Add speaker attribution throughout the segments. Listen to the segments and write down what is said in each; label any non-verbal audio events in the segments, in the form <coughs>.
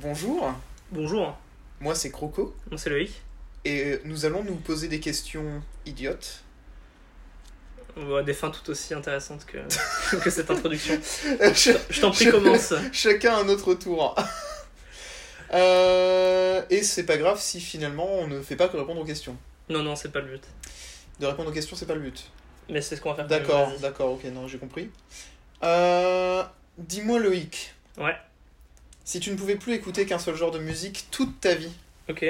Speaker 1: Bonjour,
Speaker 2: Bonjour, hein.
Speaker 1: moi c'est Croco
Speaker 2: moi c'est Loïc.
Speaker 1: et nous allons nous poser des questions idiotes. <laughs>
Speaker 2: Ouais, des fins tout aussi intéressantes que, que cette introduction.
Speaker 1: Ch-
Speaker 2: Je t'en prie, commence.
Speaker 1: Chacun un autre tour. <laughs> Euh, et c'est pas grave si finalement on ne fait pas que répondre aux questions.
Speaker 2: Non, non, c'est pas le but.
Speaker 1: De répondre aux questions, c'est pas le but.
Speaker 2: Mais c'est ce qu'on va faire.
Speaker 1: D'accord,
Speaker 2: Ah, Vas-y.
Speaker 1: d'accord, ok, non, j'ai compris. Euh, Dis-moi Loïc.
Speaker 2: Ouais.
Speaker 1: Si tu ne pouvais plus écouter qu'un seul genre de musique toute ta vie,
Speaker 2: Ok.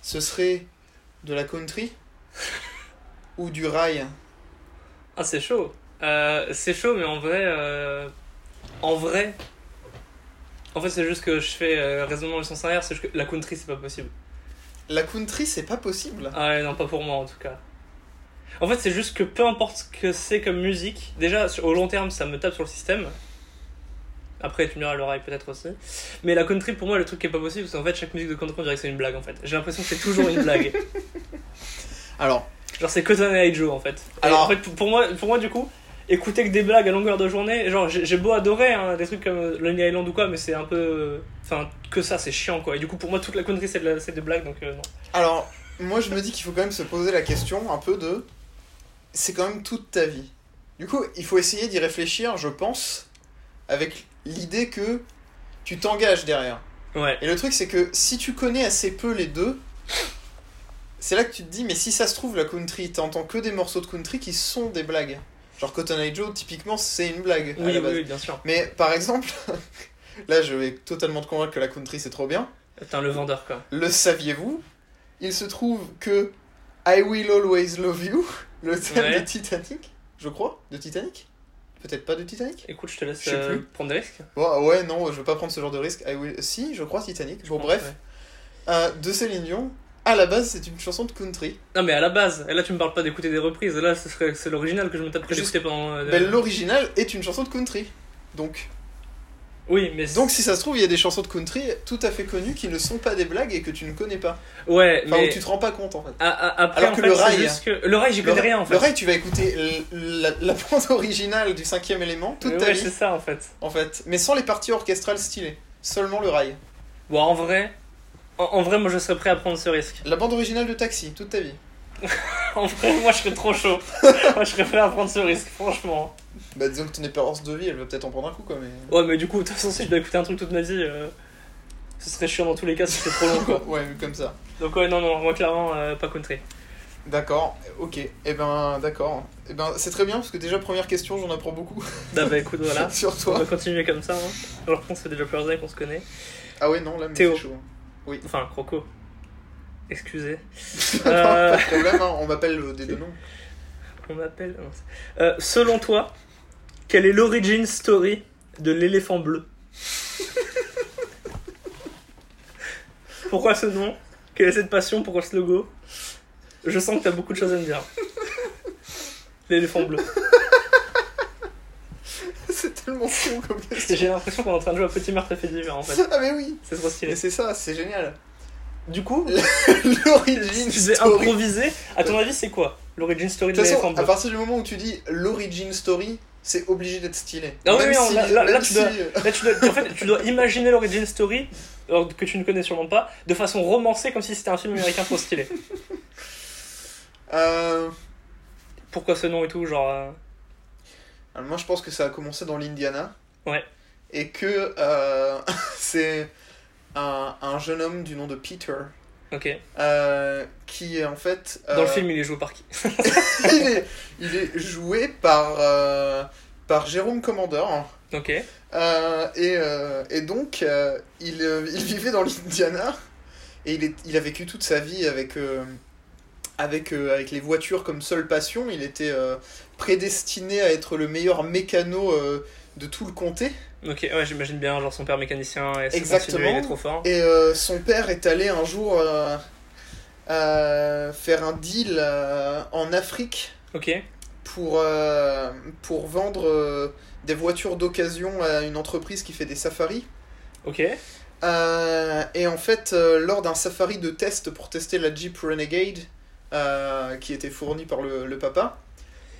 Speaker 1: ce serait de la
Speaker 2: <laughs>
Speaker 1: country ou du rail
Speaker 2: Ah, c'est chaud. Euh, c'est chaud, mais en vrai. euh, En vrai. En fait, c'est juste que je fais euh, raisonnement le sens arrière. C'est juste que la country, c'est pas possible.
Speaker 1: La country, c'est pas possible.
Speaker 2: Ah, ouais, non, pas pour moi en tout cas. En fait, c'est juste que peu importe ce que c'est comme musique, déjà sur- au long terme, ça me tape sur le système. Après, tu me diras l'oreille peut-être aussi. Mais la country, pour moi, le truc qui est pas possible, c'est qu'en fait, chaque musique de country, on dirait que c'est une blague en fait. J'ai l'impression que c'est toujours une blague.
Speaker 1: Alors,
Speaker 2: Genre, c'est Cotton et Joe en fait. Et
Speaker 1: Alors-
Speaker 2: en fait, pour- pour moi, pour moi, du coup, écouter que des blagues à longueur de journée, genre, j'ai j'ai beau adorer hein, des trucs comme euh, Lonely Island ou quoi, mais c'est un peu. euh, Enfin, que ça, c'est chiant quoi. Et du coup, pour moi, toute la country, c'est de la- c'est des blagues donc euh, non.
Speaker 1: Alors, moi je me dis qu'il faut quand même se poser la question un peu de. C'est quand même toute ta vie. Du coup, il faut essayer d'y réfléchir, je pense, avec l'idée que tu t'engages derrière.
Speaker 2: Ouais.
Speaker 1: Et le truc, c'est que si tu connais assez peu les deux, c'est là que tu te dis, mais si ça se trouve, la country, t'entends que des morceaux de country qui sont des blagues. Genre Cotton Eye Joe, typiquement, c'est une blague. à
Speaker 2: Oui,
Speaker 1: la
Speaker 2: oui,
Speaker 1: base.
Speaker 2: oui, bien sûr.
Speaker 1: Mais par exemple, <laughs> là je vais totalement te convaincre que la country c'est trop bien.
Speaker 2: Putain, le vendeur quoi.
Speaker 1: Le saviez-vous Il se trouve que I Will Always Love You, le thème
Speaker 2: Ouais.
Speaker 1: de Titanic, je crois, de Titanic Peut-être pas de Titanic
Speaker 2: Écoute, je te laisse
Speaker 1: Je sais
Speaker 2: euh,
Speaker 1: plus.
Speaker 2: prendre des risques.
Speaker 1: Ouais, Ouais, non, je veux pas prendre ce genre de risque. I will... Si, je crois Titanic. bon, bref,
Speaker 2: Ouais.
Speaker 1: euh, de Céline Dion. À la base, c'est une chanson de country.
Speaker 2: Non, mais à la base, et là tu me parles pas d'écouter des reprises, là ce serait c'est l'original que je me taperais
Speaker 1: Juste-
Speaker 2: d'écouter pendant. euh,
Speaker 1: Mais l'original est une chanson de country. Donc,
Speaker 2: Oui, mais.
Speaker 1: donc, si ça se trouve, il y a des chansons de country tout à fait connues qui ne sont pas des blagues et que tu ne connais pas.
Speaker 2: Ouais,
Speaker 1: Enfin,
Speaker 2: mais.
Speaker 1: où tu te rends pas compte en fait.
Speaker 2: à- à- après,
Speaker 1: Alors
Speaker 2: en
Speaker 1: que
Speaker 2: fait,
Speaker 1: le
Speaker 2: c'est
Speaker 1: rail-
Speaker 2: juste que- Le rail, j'y
Speaker 1: Le-
Speaker 2: connais rien en fait.
Speaker 1: Le rail, tu vas écouter l- la, la bande originale du cinquième élément toute
Speaker 2: Mais
Speaker 1: ta
Speaker 2: ouais,
Speaker 1: vie.
Speaker 2: c'est ça en fait.
Speaker 1: en fait, mais sans les parties orchestrales stylées, seulement le rail.
Speaker 2: Bon, en vrai. En, en vrai, moi je serais prêt à prendre ce risque. <laughs>
Speaker 1: La bande originale de Taxi, toute ta vie.
Speaker 2: En vrai, moi je serais
Speaker 1: <laughs>
Speaker 2: trop chaud. moi je serais prêt à prendre ce risque, franchement.
Speaker 1: Bah disons que ton expérience de vie, elle va peut-être en prendre un coup quoi, mais...
Speaker 2: Ouais, mais du coup, de toute façon, si je dois écouter un truc toute ma vie, euh, ce serait chiant dans tous les cas si c'était trop
Speaker 1: <laughs>
Speaker 2: long quoi.
Speaker 1: ouais, vu comme ça.
Speaker 2: Donc, ouais, non, non, moi clairement, euh, pas country.
Speaker 1: D'accord, ok, et eh ben d'accord. Et ben c'est très bien parce que déjà première question, j'en apprends beaucoup <laughs>
Speaker 2: Bah, bah écoute, voilà.
Speaker 1: sur
Speaker 2: On
Speaker 1: toi.
Speaker 2: va continuer comme ça, hein. alors qu'on se fait déjà plusieurs années qu'on se connaît.
Speaker 1: Ah ouais, non, là, mais
Speaker 2: Théo.
Speaker 1: c'est chaud. hein.
Speaker 2: Enfin, Croco. Excusez.
Speaker 1: Non,
Speaker 2: Euh.
Speaker 1: <laughs> pas de problème, hein, on m'appelle euh, des deux noms. <laughs>
Speaker 2: On m'appelle. non, c'est- Euh, selon toi, quelle est l'origin story de l'éléphant bleu <laughs> Pourquoi ce nom Quelle est cette passion Pourquoi ce logo Je sens que t'as beaucoup de choses à me dire. L'éléphant bleu.
Speaker 1: c'est tellement fou comme question.
Speaker 2: <laughs> J'ai l'impression qu'on est en train de jouer à Petit Marthe à fait divers en fait.
Speaker 1: Ah mais oui,
Speaker 2: C'est trop
Speaker 1: mais
Speaker 2: stylé.
Speaker 1: c'est ça, c'est génial.
Speaker 2: <coughs> Du coup,
Speaker 1: L'origine
Speaker 2: si tu devais
Speaker 1: story.
Speaker 2: improviser, à ton avis, c'est quoi l'origin story
Speaker 1: De
Speaker 2: de
Speaker 1: toute
Speaker 2: l'éléphant
Speaker 1: façon, à
Speaker 2: bleu
Speaker 1: partir du moment où tu dis l'origin story, c'est obligé d'être stylé.
Speaker 2: Ah oui, oui, non, là- là- là,
Speaker 1: même euh,
Speaker 2: tu dois- Là, tu dois, en fait, tu dois imaginer l'origin story alors que tu ne connais sûrement pas, de façon romancée comme si c'était un film américain trop stylé.
Speaker 1: Euh,
Speaker 2: Pourquoi ce nom et tout, genre. euh,
Speaker 1: alors moi, je pense que ça a commencé dans l'Indiana.
Speaker 2: Ouais.
Speaker 1: Et que euh, <laughs> c'est un, un jeune homme du nom de Peter
Speaker 2: Ok.
Speaker 1: euh, qui est en fait.
Speaker 2: Dans
Speaker 1: euh,
Speaker 2: le film, il est joué par qui
Speaker 1: <laughs> il est, il est joué par, euh, par Jérôme Commander.
Speaker 2: Ok.
Speaker 1: Euh, et, euh, et donc, euh, il, euh, il vivait dans l'Indiana et il, est, il a vécu toute sa vie avec, euh, avec, euh, avec les voitures comme seule passion. Il était euh, prédestiné à être le meilleur mécano euh, de tout le comté.
Speaker 2: Ok, ouais, j'imagine bien, genre son père mécanicien et c'est
Speaker 1: Exactement.
Speaker 2: continué, il est trop fort.
Speaker 1: Et euh, son père est allé un jour euh, euh, faire un deal euh, en Afrique
Speaker 2: Ok.
Speaker 1: pour, euh, pour vendre euh, des voitures d'occasion à une entreprise qui fait des safaris.
Speaker 2: Ok.
Speaker 1: Euh, et en fait, euh, lors d'un safari de test pour tester la Jeep Renegade, euh, qui était fournie par le, le papa,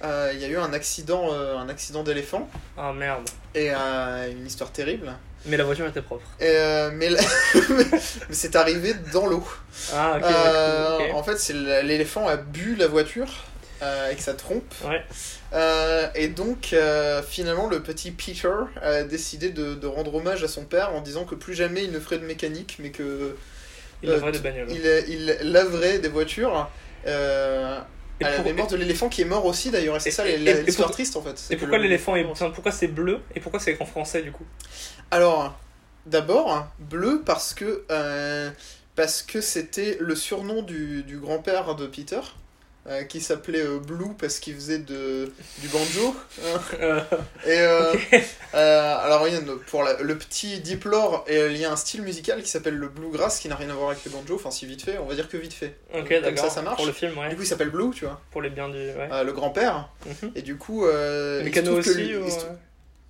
Speaker 1: euh, il y a eu un accident, euh, un accident d'éléphant
Speaker 2: Ah merde.
Speaker 1: et euh, une histoire terrible.
Speaker 2: Mais la voiture était propre.
Speaker 1: Et, euh, mais la- <laughs> mais c'est arrivé dans l'eau.
Speaker 2: Ah, ok.
Speaker 1: Euh,
Speaker 2: ok.
Speaker 1: En fait, c'est l- l'éléphant a bu la voiture euh, avec sa trompe.
Speaker 2: Ouais.
Speaker 1: Euh, et donc, euh, finalement, le petit Peter a décidé de, de rendre hommage à son père en disant que plus jamais il ne ferait de mécanique, mais que
Speaker 2: Il
Speaker 1: euh,
Speaker 2: avait des bagnoles.
Speaker 1: il, il laverait des voitures. euh,
Speaker 2: Et,
Speaker 1: à la
Speaker 2: pour-
Speaker 1: mémoire de l'éléphant qui est mort aussi d'ailleurs, et c'est
Speaker 2: Et-
Speaker 1: ça
Speaker 2: et-
Speaker 1: la-
Speaker 2: et
Speaker 1: l'histoire
Speaker 2: pour-
Speaker 1: triste en fait. C'est
Speaker 2: et
Speaker 1: que
Speaker 2: pourquoi
Speaker 1: le-
Speaker 2: l'éléphant est. enfin, pourquoi c'est bleu Et pourquoi c'est en français du coup <laughs>
Speaker 1: Alors, d'abord, bleu parce que euh, parce que c'était le surnom du, du grand-père de Peter, euh, qui s'appelait euh, Blue parce qu'il faisait de, du banjo. <laughs> hein.
Speaker 2: Euh,
Speaker 1: Et euh,
Speaker 2: Ok.
Speaker 1: euh, alors, il y a une- pour la- le petit Diplore, et il y a un style musical qui s'appelle le bluegrass qui n'a rien à voir avec le banjo, enfin si vite fait, on va dire que vite fait.
Speaker 2: Ok,
Speaker 1: Comme
Speaker 2: d'accord.
Speaker 1: ça, ça marche.
Speaker 2: Pour le film, ouais.
Speaker 1: Du coup, il s'appelle Blue, tu vois,
Speaker 2: Pour les biens du. Ouais.
Speaker 1: euh, le grand-père.
Speaker 2: Mhm.
Speaker 1: Et du coup, euh,
Speaker 2: Le
Speaker 1: il se
Speaker 2: canot
Speaker 1: trouve que
Speaker 2: aussi
Speaker 1: lui-
Speaker 2: ou,
Speaker 1: il se trouve-
Speaker 2: euh,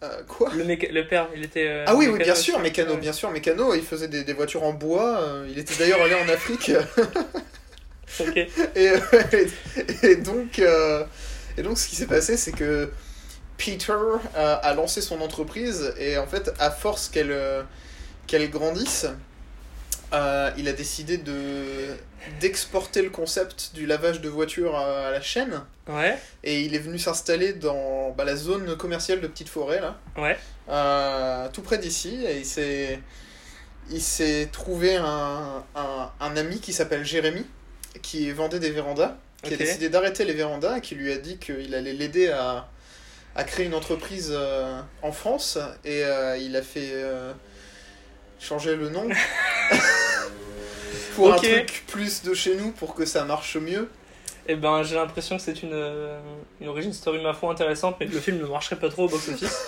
Speaker 1: euh, quoi
Speaker 2: le, méca- le père, il était. euh,
Speaker 1: Ah oui, oui,
Speaker 2: mécano
Speaker 1: bien
Speaker 2: aussi.
Speaker 1: sûr, Mécano,
Speaker 2: Ouais.
Speaker 1: bien sûr, Mécano, il faisait des, des voitures en bois, euh, il était d'ailleurs allé en Afrique, <laughs>
Speaker 2: Ok.
Speaker 1: et, euh, et- et donc, euh, et donc ce qui s'est passé, c'est que Peter euh, a lancé son entreprise, et en fait, à force qu'elle euh, qu'elle grandisse, euh, il a décidé de d'exporter le concept du lavage de voitures à, à la chaîne,
Speaker 2: Ouais.
Speaker 1: et il est venu s'installer dans bah, la zone commerciale de Petite Forêt, là.
Speaker 2: Ouais.
Speaker 1: Euh, tout près d'ici et il s'est il s'est trouvé un, un, un ami qui s'appelle Jérémy qui vendait des vérandas qui
Speaker 2: Ok.
Speaker 1: a décidé d'arrêter les vérandas et qui lui a dit qu'il allait l'aider à, à créer une entreprise euh, en France et euh, il a fait euh, changer le
Speaker 2: <laughs>
Speaker 1: nom <laughs> pour
Speaker 2: Ok.
Speaker 1: un truc plus de chez nous pour que ça marche mieux
Speaker 2: Et ben, j'ai l'impression que c'est une, euh, une origin story, ma foi, intéressante, mais que le film ne marcherait pas trop au box-office.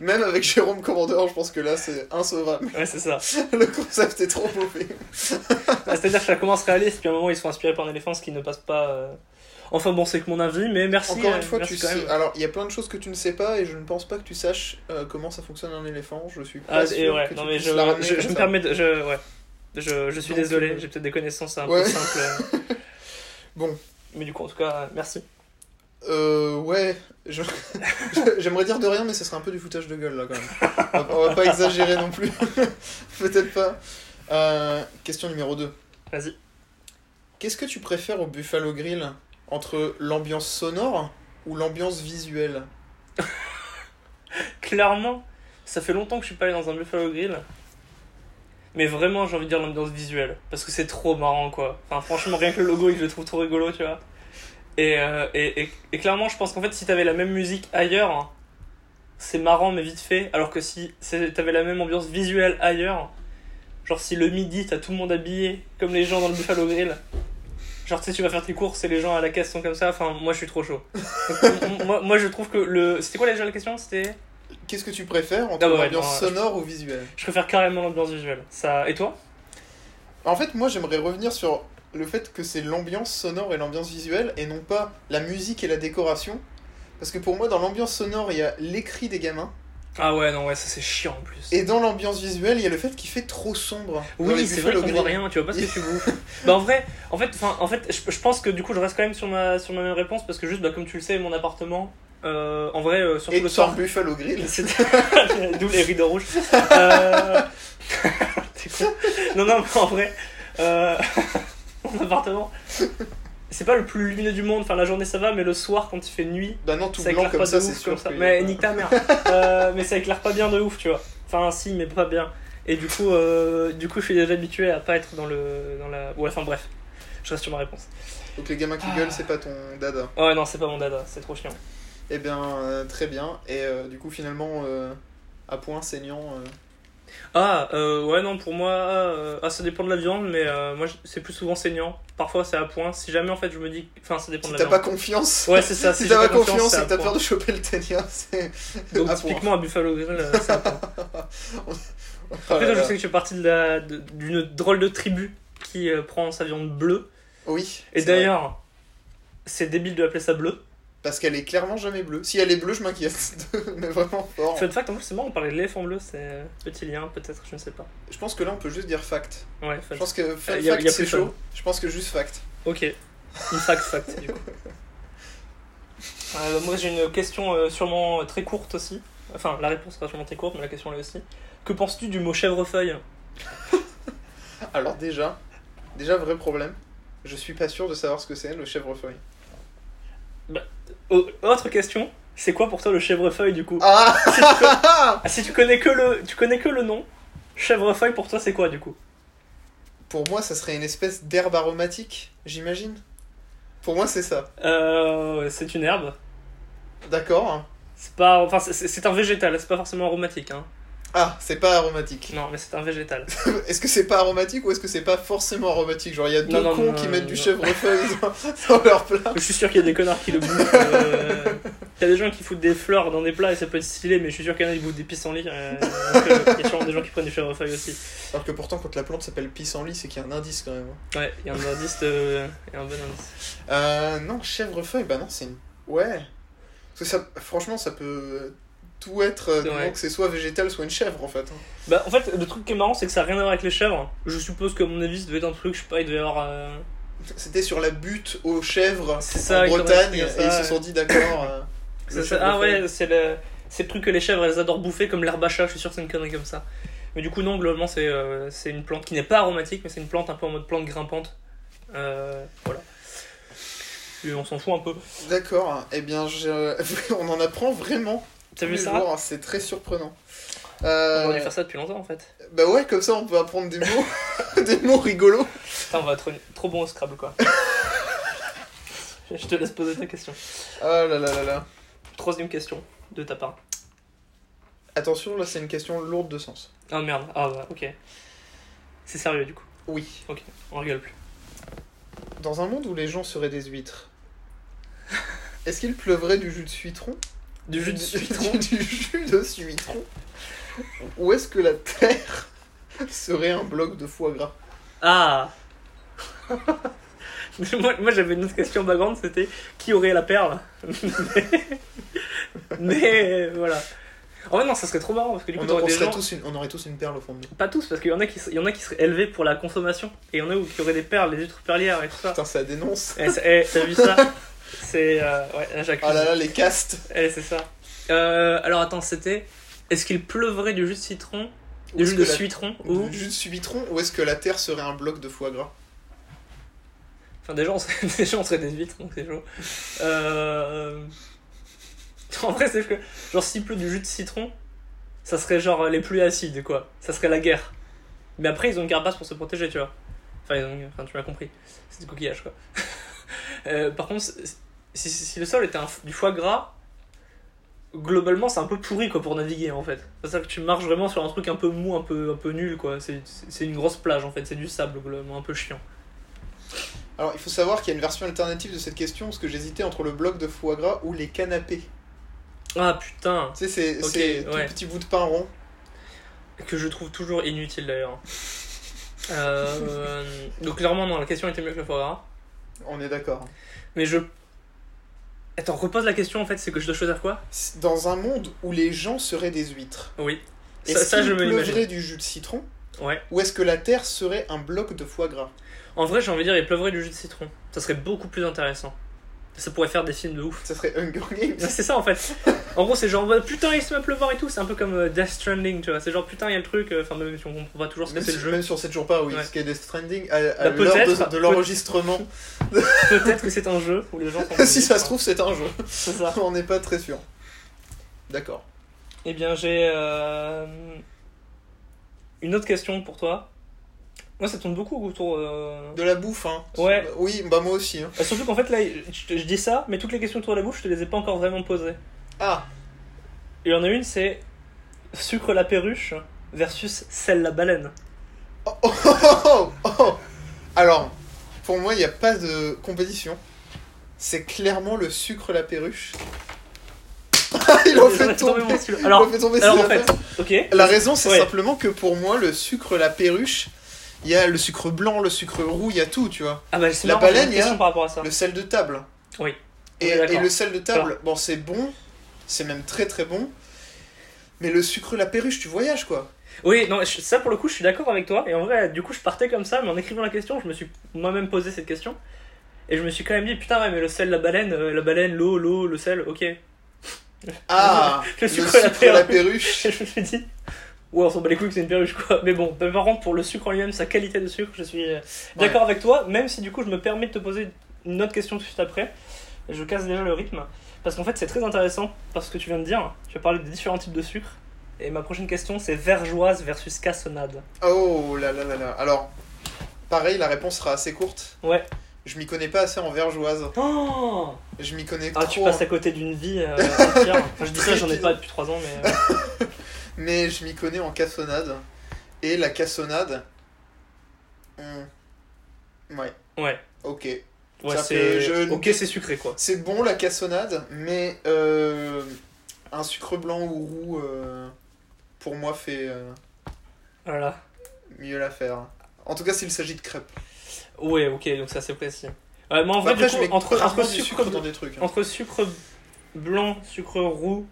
Speaker 1: même avec Jérôme Commandeur je pense que là c'est insauvable
Speaker 2: <laughs>
Speaker 1: <laughs>
Speaker 2: Ouais, c'est ça.
Speaker 1: le concept est trop mauvais
Speaker 2: Ah, C'est-à-dire que ça commence réaliste, puis à un moment, ils sont inspirés par un éléphant, ce qui ne passe pas. euh. Enfin, bon, c'est que mon avis, mais merci.
Speaker 1: Encore
Speaker 2: euh,
Speaker 1: une fois,
Speaker 2: merci
Speaker 1: tu
Speaker 2: quand
Speaker 1: sais.
Speaker 2: même.
Speaker 1: Alors, il y a plein de choses que tu ne sais pas et je ne pense pas que tu saches euh, comment ça fonctionne un éléphant. Je suis pas
Speaker 2: Ah,
Speaker 1: sûr
Speaker 2: et ouais,
Speaker 1: que
Speaker 2: non,
Speaker 1: tu
Speaker 2: mais
Speaker 1: puisses
Speaker 2: je,
Speaker 1: la ramener
Speaker 2: je,
Speaker 1: comme
Speaker 2: je me
Speaker 1: ça.
Speaker 2: permets de. Je, ouais. je, je suis
Speaker 1: Donc,
Speaker 2: désolé,
Speaker 1: euh,
Speaker 2: j'ai peut-être des connaissances un
Speaker 1: ouais.
Speaker 2: peu simples. euh.
Speaker 1: <laughs> Bon.
Speaker 2: Mais du coup, en tout cas, euh, merci.
Speaker 1: Euh, ouais. je- <laughs> je- J'aimerais dire de rien, mais ce serait un peu du foutage de gueule là quand même. On va- On va pas exagérer non plus. <laughs> Peut-être pas. Euh, question numéro 2.
Speaker 2: Vas-y.
Speaker 1: Qu'est-ce que tu préfères au Buffalo Grill entre l'ambiance sonore ou l'ambiance visuelle
Speaker 2: <laughs> Clairement, ça fait longtemps que je suis pas allé dans un Buffalo Grill. Mais vraiment, j'ai envie de dire l'ambiance visuelle. Parce que c'est trop marrant, quoi. Enfin, franchement, rien que le logo, je le trouve trop rigolo, tu vois. Et, euh, et, et, et clairement, je pense qu'en fait, si t'avais la même musique ailleurs, hein, c'est marrant, mais vite fait. Alors que si c'est- t'avais la même ambiance visuelle ailleurs, genre si le midi, t'as tout le monde habillé, comme les gens dans le Buffalo Grill. Genre, tu sais, tu vas faire tes courses et les gens à la caisse sont comme ça. Enfin, moi, je suis trop chaud. Donc, moi, moi, je trouve que le. C'était quoi déjà la question C'était.
Speaker 1: Qu'est-ce que tu préfères entre
Speaker 2: Ah ouais,
Speaker 1: l'ambiance
Speaker 2: non, ouais.
Speaker 1: sonore ou visuelle
Speaker 2: Je préfère carrément l'ambiance visuelle. Ça... Et toi
Speaker 1: En fait, moi, j'aimerais revenir sur le fait que c'est l'ambiance sonore et l'ambiance visuelle, et non pas la musique et la décoration. Parce que pour moi, dans l'ambiance sonore, il y a l'écrit des gamins,
Speaker 2: Ah ouais, non, ouais, ça c'est chiant en plus.
Speaker 1: et dans l'ambiance visuelle, il y a le fait qu'il fait trop sombre. Dans les
Speaker 2: oui, c'est vrai
Speaker 1: Buffalo
Speaker 2: qu'on voit
Speaker 1: Grill.
Speaker 2: rien, tu vois pas ce que
Speaker 1: <laughs>
Speaker 2: tu bouffes. bah en vrai, en fait, enfin, en fait je, je pense que du coup je reste quand même sur ma, sur ma même réponse parce que juste, bah, comme tu le sais, mon appartement, euh, en vrai, euh, surtout
Speaker 1: Et
Speaker 2: le
Speaker 1: sans
Speaker 2: soir,
Speaker 1: Buffalo Grill.
Speaker 2: <laughs> C'est- D'où les rideaux rouges. Euh, <laughs> T'es con. Non, non, mais en vrai, euh, <laughs> mon appartement, c'est pas le plus lumineux du monde. Enfin, la journée ça va, mais le soir quand il fait nuit,
Speaker 1: Bah non, tout
Speaker 2: ça
Speaker 1: blanc
Speaker 2: éclaire
Speaker 1: comme
Speaker 2: pas
Speaker 1: ça,
Speaker 2: de
Speaker 1: c'est
Speaker 2: ouf comme
Speaker 1: sûr.
Speaker 2: ça.
Speaker 1: que-
Speaker 2: Mais nique
Speaker 1: <laughs>
Speaker 2: ta mère. Euh, mais ça éclaire pas bien de ouf, tu vois. Enfin, si, mais pas bien. Et du coup, euh, du coup, je suis déjà habitué à pas être dans le, dans la. Ouais, enfin bref, je reste sur ma réponse.
Speaker 1: Donc les gamins qui gueulent, c'est pas ton dada.
Speaker 2: Ouais, non, c'est pas mon dada, c'est trop chiant.
Speaker 1: Eh bien, euh, très bien. Et euh, du coup, finalement, euh, à point saignant. euh,
Speaker 2: Ah, euh, ouais, non, pour moi, euh, ah, ça dépend de la viande, mais euh, moi, je- c'est plus souvent saignant. Parfois, c'est à point. Si jamais, en fait, je me dis. Enfin, ça dépend
Speaker 1: Si
Speaker 2: de
Speaker 1: t'as
Speaker 2: la
Speaker 1: pas
Speaker 2: viande.
Speaker 1: confiance.
Speaker 2: Ouais, c'est ça.
Speaker 1: Si
Speaker 2: j'ai
Speaker 1: t'as pas confiance
Speaker 2: c'est
Speaker 1: et
Speaker 2: à
Speaker 1: que t'as
Speaker 2: point.
Speaker 1: peur de choper le ténia, c'est.
Speaker 2: Donc,
Speaker 1: à point. Oh
Speaker 2: typiquement, à Buffalo Grill, euh, c'est
Speaker 1: <laughs>
Speaker 2: à point. Après, toi, je sais que tu fais partie de la- de- d'une drôle de tribu qui euh, prend sa viande bleue.
Speaker 1: Oui.
Speaker 2: Et
Speaker 1: c'est vrai.
Speaker 2: d'ailleurs, c'est débile de l'appeler ça bleu.
Speaker 1: Parce qu'elle est clairement jamais bleue. Si elle est bleue, je m'inquiète. <laughs> Mais vraiment fort.
Speaker 2: Fun fact, en plus, c'est marrant, on parlait de l'éléphant bleu, c'est euh, petit lien, peut-être, je ne sais pas.
Speaker 1: Je pense que là, on peut juste dire fact.
Speaker 2: Ouais,
Speaker 1: Je
Speaker 2: fun
Speaker 1: pense que fun
Speaker 2: Euh, y a- y
Speaker 1: fact,
Speaker 2: a
Speaker 1: c'est
Speaker 2: plus fun.
Speaker 1: chaud. Je pense que juste fact.
Speaker 2: Ok, une fact fact, du coup. Euh, moi, j'ai une question euh, sûrement euh, très courte aussi. Enfin, la réponse sera sûrement très courte, mais la question l'est aussi. Que penses-tu du mot chèvrefeuille
Speaker 1: Alors déjà, déjà vrai problème, je suis pas sûr de savoir ce que c'est le chèvrefeuille.
Speaker 2: Au- Autre question, c'est quoi pour toi le chèvrefeuille du coup
Speaker 1: Ah
Speaker 2: si, tu con- Ah, si tu connais que le, tu connais que le nom, chèvrefeuille pour toi c'est quoi du coup
Speaker 1: Pour moi, ça serait une espèce d'herbe aromatique, j'imagine. Pour moi, c'est ça.
Speaker 2: Euh, C'est une herbe.
Speaker 1: D'accord. hein.
Speaker 2: C'est pas, enfin c'est- c'est c'est un végétal, c'est pas forcément aromatique. Hein.
Speaker 1: Ah, c'est pas aromatique.
Speaker 2: Non, mais c'est un végétal.
Speaker 1: Est-ce que c'est pas aromatique ou est-ce que c'est pas forcément aromatique Genre, il y a deux
Speaker 2: Non, non,
Speaker 1: cons
Speaker 2: non,
Speaker 1: qui
Speaker 2: non,
Speaker 1: mettent
Speaker 2: non,
Speaker 1: du
Speaker 2: non.
Speaker 1: chèvrefeuille dans, <laughs> dans leur plat.
Speaker 2: Je suis sûr qu'il y a des connards qui le bouffent. <laughs> Euh... T'as des gens qui foutent des fleurs dans des plats et ça peut être stylé, mais je suis sûr qu'il y en a qui bouffent des pissenlits. Euh... donc, euh, Il y a sûrement des gens qui prennent du chèvrefeuille aussi.
Speaker 1: Alors que pourtant, quand la plante s'appelle pissenlit, c'est qu'il y a un indice quand même. hein.
Speaker 2: Ouais, il y a un indice de... il y a un bon indice.
Speaker 1: Euh, non, chèvrefeuille, bah non, c'est une. Ouais. Parce que ça, franchement, ça peut tout être, euh, du
Speaker 2: Ouais.
Speaker 1: moment que c'est soit végétal, soit une chèvre en fait. hein.
Speaker 2: Bah, en fait, le truc qui est marrant, c'est que ça n'a rien à voir avec les chèvres. Je suppose que, à mon avis, ça devait être un truc, je sais pas, il devait y avoir. euh,
Speaker 1: C'était sur la butte aux chèvres
Speaker 2: C'est ça,
Speaker 1: en
Speaker 2: ils ont
Speaker 1: Bretagne
Speaker 2: réussi à
Speaker 1: et ils
Speaker 2: ça,
Speaker 1: se sont dit d'accord.
Speaker 2: <laughs>
Speaker 1: euh, le
Speaker 2: ça- ça-
Speaker 1: chèvrefeuille.
Speaker 2: ah ouais, c'est le... c'est le truc que les chèvres elles adorent bouffer, comme l'herbe à chat, je suis sûr que c'est une connerie comme ça. Mais du coup, non, globalement, c'est euh, c'est une plante qui n'est pas aromatique, mais c'est une plante un peu en mode plante grimpante. Euh, voilà. Et on s'en fout un peu.
Speaker 1: D'accord, eh bien, je- <laughs> on en apprend vraiment tous
Speaker 2: T'as
Speaker 1: les
Speaker 2: vu ça
Speaker 1: jours, c'est très surprenant.
Speaker 2: On
Speaker 1: Euh,
Speaker 2: aurait dû faire ça depuis longtemps en fait.
Speaker 1: Bah ouais, comme ça on peut apprendre des mots, des mots rigolos.
Speaker 2: Putain, on va être trop bon au Scrabble quoi. je te laisse poser ta question.
Speaker 1: Oh là là là là.
Speaker 2: Troisième question de ta part.
Speaker 1: Attention, là c'est une question lourde de sens.
Speaker 2: Ah merde, ah bah ok. C'est sérieux du coup,
Speaker 1: Oui.
Speaker 2: on rigole plus.
Speaker 1: Dans un monde où les gens seraient des huîtres, est-ce qu'il pleuvrait du jus de suitron
Speaker 2: Du jus de citron
Speaker 1: <laughs> du, du jus de suitron Ou est-ce que la terre serait un bloc de foie gras
Speaker 2: Ah <laughs> Moi, moi, j'avais une autre question bagrande, c'était qui aurait la perle <laughs> mais, mais, voilà. En vrai non, ça serait trop marrant parce que du coup
Speaker 1: on,
Speaker 2: t'aurais
Speaker 1: on
Speaker 2: des
Speaker 1: serait
Speaker 2: gens...
Speaker 1: tous une- on aurait tous une perle au fond de nous.
Speaker 2: Pas tous parce qu'il y en a qui s- il y en a qui seraient élevés pour la consommation et il y en a où- qui auraient des perles, des huîtres perlières et tout ça.
Speaker 1: Putain, ça dénonce.
Speaker 2: Eh, c'est- eh, t'as vu ça C'est. euh, ouais, là j'accuse.
Speaker 1: Ah là là, les castes.
Speaker 2: Eh, c'est ça. Euh, alors attends, c'était. Est-ce qu'il pleuvrait du jus de citron
Speaker 1: Ou
Speaker 2: Du
Speaker 1: est-ce
Speaker 2: jus
Speaker 1: que
Speaker 2: de
Speaker 1: la-
Speaker 2: citron ou.
Speaker 1: Du jus de suitron ou est-ce que la terre serait un bloc de foie gras
Speaker 2: Enfin, déjà on, serait, <laughs> déjà, on serait des huîtres donc c'est chaud. Euh... En vrai, c'est que. Genre, s'il pleut du jus de citron, ça serait genre euh, les pluies acides quoi. Ça serait la guerre. Mais après, ils ont une carapace pour se protéger, tu vois. Enfin, ils ont- enfin, tu m'as compris. C'est des coquillages quoi. <laughs> Euh, par contre, si, si- si le sol était un f- du foie gras, globalement c'est un peu pourri quoi pour naviguer en fait. C'est ça que tu marches vraiment sur un truc un peu mou, un peu, un peu nul quoi. C'est c'est- c'est une grosse plage en fait, c'est du sable globalement, un peu chiant.
Speaker 1: Alors, il faut savoir qu'il y a une version alternative de cette question parce que j'hésitais entre le bloc de foie gras ou les canapés.
Speaker 2: Ah putain,
Speaker 1: Tu sais, c'est
Speaker 2: Ok,
Speaker 1: c'est
Speaker 2: ouais.
Speaker 1: tout petit bout de pain rond.
Speaker 2: que je trouve toujours inutile d'ailleurs. Euh, donc clairement non, la question était mieux que le foie gras.
Speaker 1: On est d'accord.
Speaker 2: Mais je... Attends, repose la question en fait, c'est que je dois choisir quoi
Speaker 1: Dans un monde où les gens seraient des huîtres,
Speaker 2: Oui. Ça,
Speaker 1: est-ce
Speaker 2: ça, je
Speaker 1: qu'il
Speaker 2: me l'imagine.
Speaker 1: pleuvrait du jus de citron
Speaker 2: Ouais.
Speaker 1: ou est-ce que la terre serait un bloc de foie gras
Speaker 2: En vrai, j'ai envie de dire, il pleuvrait du jus de citron. Ça serait beaucoup plus intéressant. Ça pourrait faire des films de ouf. <laughs>
Speaker 1: Ça serait Hunger Games.
Speaker 2: Ouais, C'est ça en fait. En gros, c'est genre bah, putain, il se met à pleuvoir et tout. C'est un peu comme euh, Death Stranding, tu vois. C'est genre putain, il y a le truc. euh, Enfin, même si on comprend pas toujours ce que
Speaker 1: Même
Speaker 2: c'est le
Speaker 1: si,
Speaker 2: jeu,
Speaker 1: même si on sait toujours pas où
Speaker 2: Ouais.
Speaker 1: est ce qu'est Death Stranding, à, à
Speaker 2: Bah,
Speaker 1: l'heure
Speaker 2: peut-être.
Speaker 1: de, de
Speaker 2: <laughs>
Speaker 1: l'enregistrement,
Speaker 2: peut-être que c'est un jeu où
Speaker 1: <laughs>
Speaker 2: les gens sont.
Speaker 1: si ça se trouve, c'est un jeu. <laughs>
Speaker 2: C'est ça.
Speaker 1: on n'est pas très sûr. D'accord.
Speaker 2: Eh bien, j'ai euh, une autre question pour toi. Moi, ça tourne beaucoup autour. euh,
Speaker 1: De la bouffe, hein.
Speaker 2: Ouais.
Speaker 1: Oui, bah moi aussi. hein.
Speaker 2: euh, Surtout qu'en fait, là, je, te- je dis ça, mais toutes les questions autour de la bouche, je te les ai pas encore vraiment posées.
Speaker 1: Ah,
Speaker 2: Il y en a une, c'est sucre la perruche versus sel la baleine.
Speaker 1: Oh, oh, oh, oh, oh. Alors, pour moi, il n'y a pas de compétition. C'est clairement le sucre la perruche. <laughs> il en
Speaker 2: J'aurais
Speaker 1: fait
Speaker 2: fait tomber
Speaker 1: tomber.
Speaker 2: mon stylo.
Speaker 1: il en
Speaker 2: Alors,
Speaker 1: fait tomber
Speaker 2: Alors
Speaker 1: ses
Speaker 2: en fait,
Speaker 1: affaires.
Speaker 2: ok.
Speaker 1: La raison, c'est
Speaker 2: Ouais.
Speaker 1: simplement que pour moi, le sucre la perruche, il y a le sucre blanc, le sucre roux, il y a tout, tu vois.
Speaker 2: Ah bah c'est
Speaker 1: La
Speaker 2: marrant, j'ai
Speaker 1: baleine,
Speaker 2: une
Speaker 1: il y a-
Speaker 2: question par rapport à ça.
Speaker 1: Le sel de table.
Speaker 2: Oui.
Speaker 1: Et,
Speaker 2: Oui, d'accord.
Speaker 1: et le sel de table, bon, c'est bon, c'est même très très bon. Mais le sucre la perruche, tu voyages quoi.
Speaker 2: Oui, non, je- ça pour le coup, je suis d'accord avec toi. Et en vrai, du coup, je partais comme ça, mais en écrivant la question, je me suis moi-même posé cette question. Et je me suis quand même dit, putain, ouais, mais le sel, la baleine, euh, la baleine, l'eau, l'eau, le sel, ok.
Speaker 1: Ah
Speaker 2: <laughs> Le
Speaker 1: Le
Speaker 2: sucre
Speaker 1: sucre
Speaker 2: et la
Speaker 1: et la
Speaker 2: perruche.
Speaker 1: perruche
Speaker 2: <laughs> je me suis dit, ouais, on s'en bat les couilles que c'est une perruche, quoi. Mais bon, bah, par contre, pour le sucre en lui-même, sa qualité de sucre, je suis euh, d'accord avec toi, même si du coup, je me permets de te poser une autre question tout de suite après. Je casse déjà le rythme. Parce qu'en fait, c'est très intéressant, parce que tu viens de dire, tu as parlé des différents types de sucre. Et ma prochaine question, c'est vergeoise versus cassonade.
Speaker 1: Oh là là là là. Alors, pareil, la réponse sera assez courte.
Speaker 2: Ouais.
Speaker 1: Je m'y connais pas assez en vergeoise.
Speaker 2: Oh
Speaker 1: Je m'y connais
Speaker 2: Ah, tu
Speaker 1: trop.
Speaker 2: passes à côté d'une vie euh, entière.
Speaker 1: <laughs>
Speaker 2: Enfin, je dis ça, j'en ai
Speaker 1: Trépide.
Speaker 2: pas depuis 3 ans, mais. euh,
Speaker 1: Mais je m'y connais en cassonade. Et la cassonade. hmm, Ouais,
Speaker 2: Ouais.
Speaker 1: ok.
Speaker 2: Ouais,
Speaker 1: Ça
Speaker 2: c'est.
Speaker 1: peut- je-
Speaker 2: Ok, c'est sucré, quoi.
Speaker 1: C'est bon la cassonade, mais euh, un sucre blanc ou roux, euh, pour moi, fait euh,
Speaker 2: Voilà.
Speaker 1: mieux l'affaire. En tout cas, s'il s'agit de crêpes.
Speaker 2: Ouais, ok, donc c'est assez précis. Ouais, mais en
Speaker 1: Bah,
Speaker 2: vrai,
Speaker 1: Après,
Speaker 2: du
Speaker 1: je
Speaker 2: coup,
Speaker 1: mets
Speaker 2: entre,
Speaker 1: rarement
Speaker 2: entre,
Speaker 1: du
Speaker 2: sucre,
Speaker 1: sucre dans des trucs. hein.
Speaker 2: entre sucre blanc, sucre roux.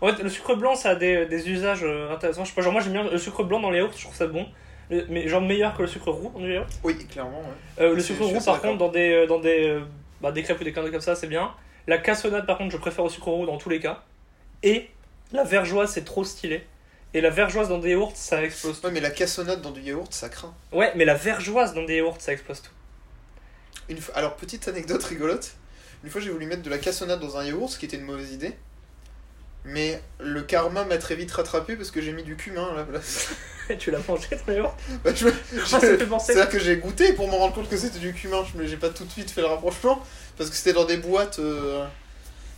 Speaker 2: En fait, le sucre blanc, ça a des, des usages euh, intéressants. Je sais pas, genre moi j'aime bien le sucre blanc dans les yaourts, je trouve ça bon. Le- mais genre meilleur que le sucre roux dans les yaourts.
Speaker 1: Oui, clairement. ouais.
Speaker 2: Euh, le
Speaker 1: C'est-
Speaker 2: sucre
Speaker 1: je suis
Speaker 2: roux,
Speaker 1: assez
Speaker 2: par
Speaker 1: d'accord.
Speaker 2: contre, dans des, euh, dans des, euh, bah, des crêpes ou des conneries comme ça, c'est bien. La cassonade, par contre, je préfère au sucre roux dans tous les cas. Et la vergeoise, c'est trop stylé. Et la vergeoise dans des yaourts, ça explose
Speaker 1: Ouais, mais la cassonade dans du yaourt, ça craint.
Speaker 2: tout. Ouais, mais la vergeoise dans des yaourts, ça explose tout.
Speaker 1: Une fois- Alors, petite anecdote rigolote. Une fois, j'ai voulu mettre de la cassonade dans un yaourt, ce qui était une mauvaise idée. Mais le karma m'a très vite rattrapé parce que j'ai mis du cumin à la place.
Speaker 2: <laughs>
Speaker 1: <laughs>
Speaker 2: tu l'as mangé ton yaourt
Speaker 1: Bah,
Speaker 2: Ah,
Speaker 1: je-
Speaker 2: Ça
Speaker 1: je-
Speaker 2: fait
Speaker 1: <laughs>
Speaker 2: penser.
Speaker 1: C'est-à-dire que j'ai goûté pour me rendre compte que c'était du cumin. Je me- J'ai pas tout de suite fait le rapprochement parce que c'était dans des boîtes euh,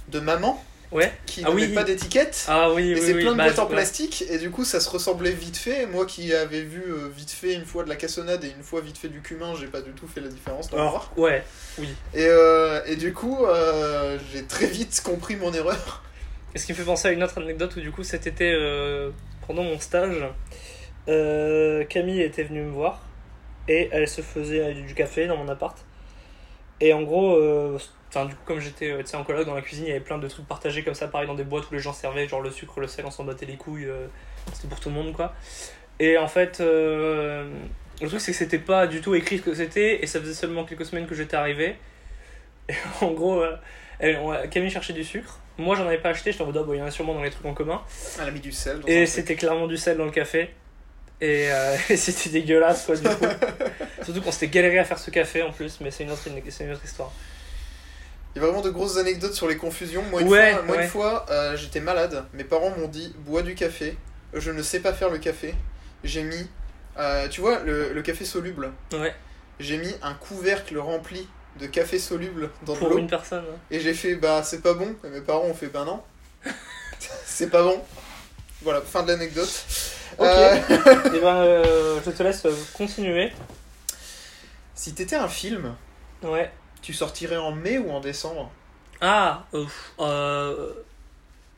Speaker 1: de maman
Speaker 2: Ouais.
Speaker 1: qui
Speaker 2: Ah
Speaker 1: n'avaient
Speaker 2: oui.
Speaker 1: pas d'étiquette.
Speaker 2: Ah oui,
Speaker 1: Et
Speaker 2: oui,
Speaker 1: c'est
Speaker 2: oui,
Speaker 1: plein de
Speaker 2: bah,
Speaker 1: boîtes en
Speaker 2: ouais.
Speaker 1: plastique, et du coup ça se ressemblait vite fait. Moi qui avais vu euh, vite fait une fois de la cassonade et une fois vite fait du cumin, j'ai pas du tout fait la différence. dans le voir.
Speaker 2: Ouais.
Speaker 1: Et, euh, et du coup, euh, j'ai très vite compris mon erreur.
Speaker 2: Et ce qui me fait penser à une autre anecdote où du coup cet été, euh, pendant mon stage, euh, Camille était venue me voir et elle se faisait euh, du café dans mon appart. Et en gros, euh, enfin, du coup, comme j'étais euh, tu sais, en coloc dans la cuisine, il y avait plein de trucs partagés comme ça, pareil dans des boîtes où les gens servaient, genre le sucre, le sel, on s'en battait les couilles, euh, c'était pour tout le monde quoi. Et en fait, euh, le truc c'est que c'était pas du tout écrit ce que c'était et ça faisait seulement quelques semaines que j'étais arrivé. Et en gros, euh, elle- on- Camille cherchait du sucre. Moi j'en avais pas acheté, j'étais en mode ah, bon, il y en a sûrement dans les trucs en commun.
Speaker 1: <laughs> Elle a mis du sel. Dans
Speaker 2: Et
Speaker 1: un
Speaker 2: c'était clairement du sel dans le café. Et, euh, <laughs> et c'était dégueulasse quoi du
Speaker 1: <laughs>
Speaker 2: coup. Surtout qu'on s'était galéré à faire ce café en plus, mais c'est une autre, c'est une autre histoire.
Speaker 1: Il y a vraiment de grosses anecdotes sur les confusions. Moi, une
Speaker 2: Ouais,
Speaker 1: fois, moi, une
Speaker 2: ouais.
Speaker 1: fois, euh, j'étais malade. Mes parents m'ont dit bois du café. Je ne sais pas faire le café. J'ai mis, euh, tu vois, le, le café soluble.
Speaker 2: Ouais,
Speaker 1: J'ai mis un couvercle rempli de café soluble dans de
Speaker 2: pour
Speaker 1: l'eau.
Speaker 2: une personne. hein.
Speaker 1: Et j'ai fait bah c'est pas bon. Et mes parents ont fait bah
Speaker 2: <laughs>
Speaker 1: non. c'est pas bon. Voilà, fin de l'anecdote.
Speaker 2: Ok.
Speaker 1: Euh, <laughs>
Speaker 2: Et ben, euh, je te laisse euh, continuer.
Speaker 1: si t'étais un film,
Speaker 2: Ouais.
Speaker 1: tu sortirais en mai ou en décembre
Speaker 2: Ah, euh, pff, euh,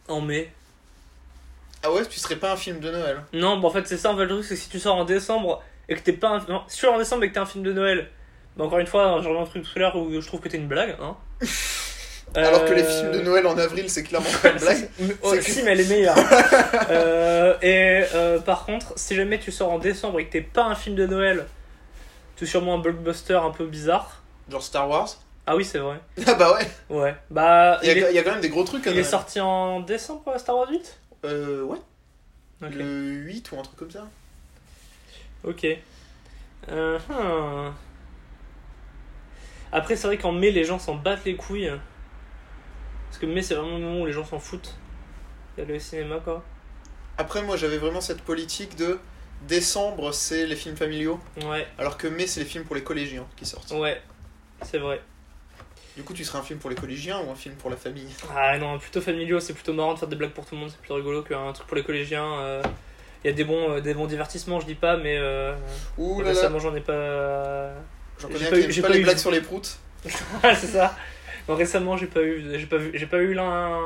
Speaker 2: en mai.
Speaker 1: Ah ouais, tu serais pas un film de Noël.
Speaker 2: Non, bah en fait, c'est ça, en fait, le truc, c'est que si tu sors en décembre et que t'es pas un. non, si tu sors en décembre et que t'es un film de Noël, bah encore une fois, genre un truc thriller où je trouve que t'es une blague, hein.
Speaker 1: <laughs> Alors que les
Speaker 2: Euh,
Speaker 1: films de Noël en avril, c'est clairement pas
Speaker 2: <laughs>
Speaker 1: une blague.
Speaker 2: Mais- oh,
Speaker 1: C'est que-
Speaker 2: si, mais elle
Speaker 1: <laughs>
Speaker 2: est meilleure. Euh, et euh, par contre, si jamais tu sors en décembre et que t'es pas un film de Noël, tu es sûrement un blockbuster un peu bizarre.
Speaker 1: Genre Star Wars.
Speaker 2: Ah oui, c'est vrai.
Speaker 1: Ah bah ouais.
Speaker 2: Ouais. Bah,
Speaker 1: Il y, a,
Speaker 2: il est-
Speaker 1: il y a quand même des gros trucs. à
Speaker 2: Il est
Speaker 1: Noël.
Speaker 2: sorti en décembre euh, Star Wars 8
Speaker 1: Euh, ouais.
Speaker 2: Ok.
Speaker 1: Le 8 ou un truc comme ça.
Speaker 2: Ok. Euh, hmm. Après, c'est vrai qu'en mai, les gens s'en battent les couilles. Parce que mai, c'est vraiment le moment où les gens s'en foutent. Il y a le cinéma, quoi.
Speaker 1: Après, moi, j'avais vraiment cette politique de décembre, c'est les films familiaux,
Speaker 2: Ouais,
Speaker 1: alors que mai, c'est les films pour les collégiens qui sortent.
Speaker 2: ouais. C'est vrai.
Speaker 1: Du coup, tu serais un film pour les collégiens ou un film pour la famille
Speaker 2: Ah non, plutôt familiaux, c'est plutôt marrant de faire des blagues pour tout le monde, c'est plus rigolo qu'un truc pour les collégiens. euh. Il y a des bons, euh, des bons divertissements, je dis pas, mais euh,
Speaker 1: Ouh là là,
Speaker 2: récemment, j'en ai pas. <laughs>
Speaker 1: j'en
Speaker 2: j'ai
Speaker 1: connais un
Speaker 2: pas
Speaker 1: qui
Speaker 2: eu-
Speaker 1: aime
Speaker 2: j'ai
Speaker 1: pas
Speaker 2: pas
Speaker 1: les
Speaker 2: eu-
Speaker 1: blagues sur les proutes. <laughs>
Speaker 2: Ah, c'est ça. Non, récemment, j'ai pas eu, j'ai pas vu, j'ai pas eu l'in-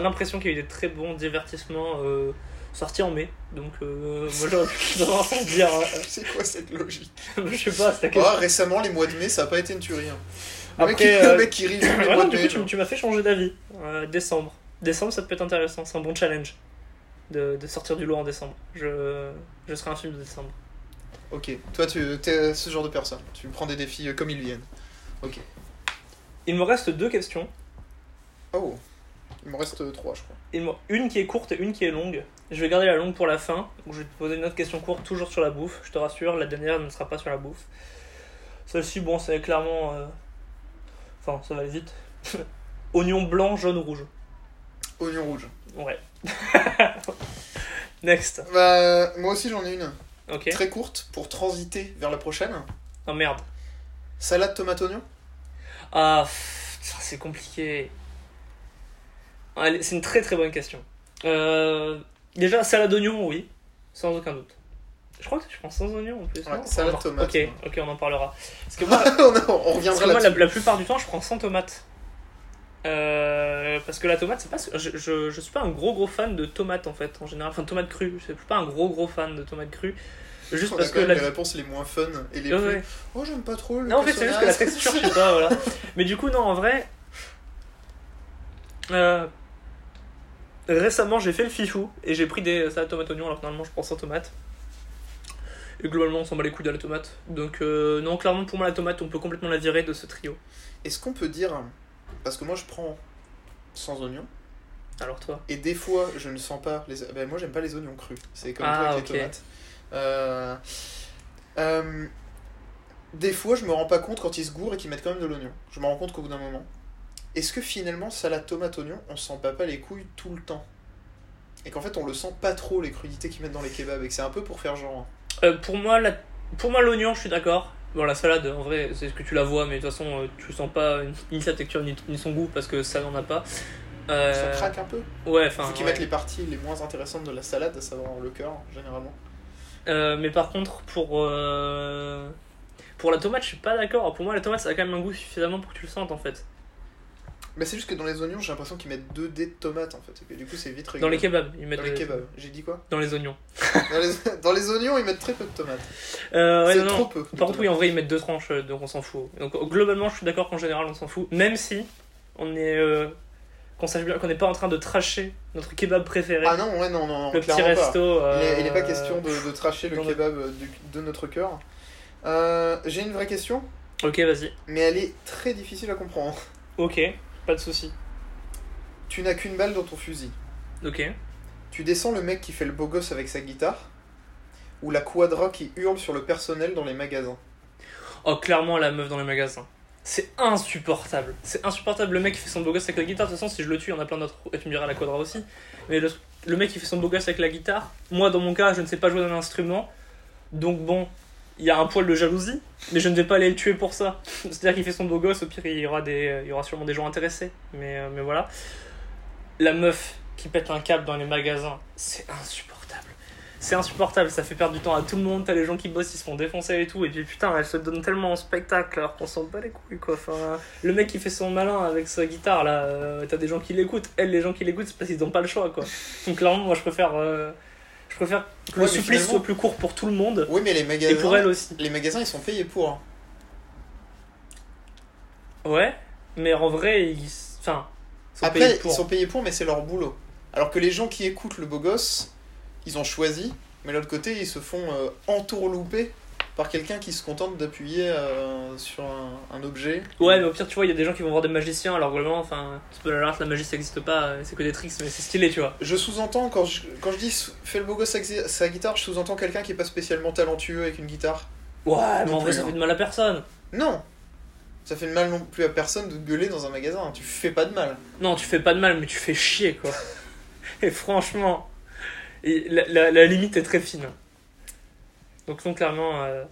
Speaker 2: l'impression qu'il y a eu des très bons divertissements euh, sortis en mai. Donc, euh, moi, j'aurais pu <laughs> vraiment sans dire. euh,
Speaker 1: C'est quoi cette logique
Speaker 2: <laughs> je sais pas, c'est la question.
Speaker 1: Ah, Récemment, les mois de mai, ça a pas été une tuerie. hein. Le, mec,
Speaker 2: Après,
Speaker 1: qui- le
Speaker 2: euh,
Speaker 1: mec qui rit sur les
Speaker 2: <laughs> ouais,
Speaker 1: mois
Speaker 2: non,
Speaker 1: de
Speaker 2: du coup,
Speaker 1: mai.
Speaker 2: tu,
Speaker 1: genre.
Speaker 2: tu m'as fait changer d'avis. Euh, décembre. Décembre, ça peut être intéressant. C'est un bon challenge de, de sortir du lot en décembre. Je, je serai un film de décembre.
Speaker 1: Ok, toi, tu es ce genre de personne. Tu prends des défis euh, comme ils viennent.
Speaker 2: Il me reste deux questions.
Speaker 1: Oh, Il m'en reste 3, je crois.
Speaker 2: Et moi, une qui est courte et une qui est longue. Je vais garder la longue pour la fin. Donc je vais te poser une autre question courte, toujours sur la bouffe. Je te rassure, la dernière ne sera pas sur la bouffe. Celle-ci, bon, c'est clairement. euh, Enfin, ça va aller vite. <laughs> Oignon blanc, jaune ou rouge.
Speaker 1: Oignon rouge.
Speaker 2: Ouais. <laughs> Next.
Speaker 1: Bah, moi aussi, j'en ai une.
Speaker 2: Ok.
Speaker 1: Très courte pour transiter vers la prochaine.
Speaker 2: Oh merde.
Speaker 1: Salade tomate oignon
Speaker 2: Ah, pff, ça, c'est compliqué. Allez, C'est une très très bonne question. Euh, déjà, salade oignon, oui, sans aucun doute. Je crois que tu prends sans oignon en plus.
Speaker 1: Ouais,
Speaker 2: non
Speaker 1: salade
Speaker 2: Enfin,
Speaker 1: tomate,
Speaker 2: Ok,
Speaker 1: moi.
Speaker 2: ok, on en parlera. Parce
Speaker 1: <laughs>
Speaker 2: que moi,
Speaker 1: on, a- Oh on
Speaker 2: parce que
Speaker 1: reviendra
Speaker 2: moi, la,
Speaker 1: là-dessus.
Speaker 2: la plupart du temps, je prends sans tomate. Euh, parce que la tomate, c'est pas. ce- Je, je, je suis pas un gros gros fan de tomate en fait, en général. Enfin, de tomate crue. Je suis pas un gros gros fan de tomate crue. Juste
Speaker 1: On a
Speaker 2: parce
Speaker 1: quand
Speaker 2: que
Speaker 1: même
Speaker 2: la.
Speaker 1: les réponses les moins fun et les
Speaker 2: Ouais,
Speaker 1: plus.
Speaker 2: ouais.
Speaker 1: Oh, j'aime pas trop le.
Speaker 2: Non, en fait, c'est juste que la
Speaker 1: personnage.
Speaker 2: texture, je sais pas, voilà. Mais du coup, non, en vrai. euh, récemment, j'ai fait le fifou et j'ai pris des salades tomates oignons alors que normalement je prends sans tomate. Et globalement, on s'en bat les couilles de la tomate. Donc, euh, non, clairement, pour moi, la tomate, on peut complètement la virer de ce trio.
Speaker 1: Est-ce qu'on peut dire. Parce que moi, je prends sans oignon.
Speaker 2: Alors, toi
Speaker 1: Et des fois, je ne sens pas les. Ben, moi, j'aime pas les oignons crus. C'est comme
Speaker 2: Ah,
Speaker 1: toi avec
Speaker 2: ok.
Speaker 1: les tomates. Euh, euh, Des fois, je me rends pas compte quand ils se gourrent et qu'ils mettent quand même de l'oignon. Je me rends compte qu'au bout d'un moment. Est-ce que finalement, salade tomate oignon, on s'en bat pas les couilles tout le temps Et qu'en fait, on le sent pas trop les crudités qu'ils mettent dans les kebabs et que c'est un peu pour faire genre. hein.
Speaker 2: Euh, pour moi, la... pour moi, l'oignon, je suis d'accord. Bon, la salade, en vrai, c'est ce que tu la vois, mais de toute façon, euh, tu sens pas euh, ni sa texture ni, ni son goût parce que ça n'en a pas.
Speaker 1: On
Speaker 2: Euh,
Speaker 1: s'en craque un peu.
Speaker 2: Ouais,
Speaker 1: Il
Speaker 2: enfin.
Speaker 1: faut qu'ils
Speaker 2: ouais.
Speaker 1: mettent les parties les moins intéressantes de la salade, à savoir le cœur, généralement.
Speaker 2: Euh, mais par contre, pour, euh, pour la tomate, je suis pas d'accord. Pour moi, la tomate, ça a quand même un goût suffisamment pour que tu le sentes en fait.
Speaker 1: Mais c'est juste que dans les oignons, j'ai l'impression qu'ils mettent 2 dés de tomates en fait. Et que du coup, c'est vite
Speaker 2: Dans
Speaker 1: réglé.
Speaker 2: les kebabs, ils mettent
Speaker 1: Dans les
Speaker 2: de-
Speaker 1: kebabs. J'ai dit quoi
Speaker 2: dans les oignons.
Speaker 1: dans les... dans les oignons, ils mettent très peu de tomates.
Speaker 2: Euh, ouais,
Speaker 1: c'est
Speaker 2: non, non.
Speaker 1: trop peu. de
Speaker 2: Par contre, oui,
Speaker 1: tomates.
Speaker 2: en vrai, ils mettent deux tranches, euh, donc on s'en fout. Donc euh, globalement, je suis d'accord qu'en général, on s'en fout. Même si on est. euh, qu'on sache bien qu'on n'est pas en train de tracher notre kebab préféré,
Speaker 1: Ah non, ouais, non, non, non,
Speaker 2: le petit
Speaker 1: clairement pas.
Speaker 2: resto.
Speaker 1: Il est- Il n'est pas
Speaker 2: euh,
Speaker 1: question de, de tracher le
Speaker 2: dans le-
Speaker 1: kebab euh, du- de notre cœur. Euh, j'ai une vraie question,
Speaker 2: Ok, vas-y.
Speaker 1: mais elle est très difficile à comprendre.
Speaker 2: Ok, pas de souci.
Speaker 1: Tu n'as qu'une balle dans ton fusil.
Speaker 2: Ok.
Speaker 1: Tu descends le mec qui fait le beau gosse avec sa guitare ou la quadra qui hurle sur le personnel dans les magasins.
Speaker 2: Oh, clairement, la meuf dans les magasins. C'est insupportable. C'est insupportable. Le mec qui fait son beau gosse avec la guitare, de toute façon, si je le tue, il y en a plein d'autres. Et tu me diras la quadra aussi. Mais le, le mec qui fait son beau gosse avec la guitare, moi, dans mon cas, je ne sais pas jouer d'un instrument. Donc bon, il y a un poil de jalousie, mais je ne vais pas aller le tuer pour ça. C'est-à-dire qu'il fait son beau gosse, au pire, il y aura, des, il y aura sûrement des gens intéressés. Mais, euh, mais voilà. La meuf qui pète un câble dans les magasins, c'est insupportable. C'est insupportable, ça fait perdre du temps à tout le monde. T'as les gens qui bossent, ils se font défoncer et tout. Et puis putain, elle se donne tellement en spectacle alors qu'on s'en bat les couilles quoi. Enfin, le mec qui fait son malin avec sa guitare là, euh, t'as des gens qui l'écoutent. Elle, les gens qui l'écoutent, c'est parce qu'ils n'ont pas le choix quoi. Donc clairement, moi je préfère, euh, je préfère
Speaker 1: Ouais,
Speaker 2: que
Speaker 1: mais
Speaker 2: le supplice
Speaker 1: finalement-
Speaker 2: soit plus court pour tout le monde
Speaker 1: Oui, mais les
Speaker 2: et
Speaker 1: magasins.
Speaker 2: Euh, pour elle aussi.
Speaker 1: Les magasins, ils sont payés pour. hein.
Speaker 2: Ouais, mais en vrai, ils. Enfin, ils sont
Speaker 1: Après,
Speaker 2: payés pour.
Speaker 1: ils sont payés pour, mais c'est leur boulot. Alors que les gens qui écoutent le beau gosse, ils ont choisi, mais de l'autre côté, ils se font euh, entourlouper par quelqu'un qui se contente d'appuyer euh, sur un, un objet.
Speaker 2: Ouais, mais au pire, tu vois, il y a des gens qui vont voir des magiciens alors globalement, enfin, tu peux l'alerte, la magie ça existe pas, euh, c'est que des tricks, mais c'est stylé, tu vois.
Speaker 1: Je sous-entends, quand je, quand je dis fais le beau gosse avec sa guitare, je sous-entends quelqu'un qui est pas spécialement talentueux avec une guitare.
Speaker 2: Ouais, mais
Speaker 1: Non
Speaker 2: en vrai,
Speaker 1: plus,
Speaker 2: ça
Speaker 1: hein.
Speaker 2: fait de mal à personne.
Speaker 1: Non Ça fait de mal non plus à personne de gueuler dans un magasin, hein. tu fais pas de mal.
Speaker 2: Non, tu fais pas de mal, mais tu fais chier, quoi. <laughs> et franchement, et la, la- la limite est très fine. Donc, non, clairement. euh,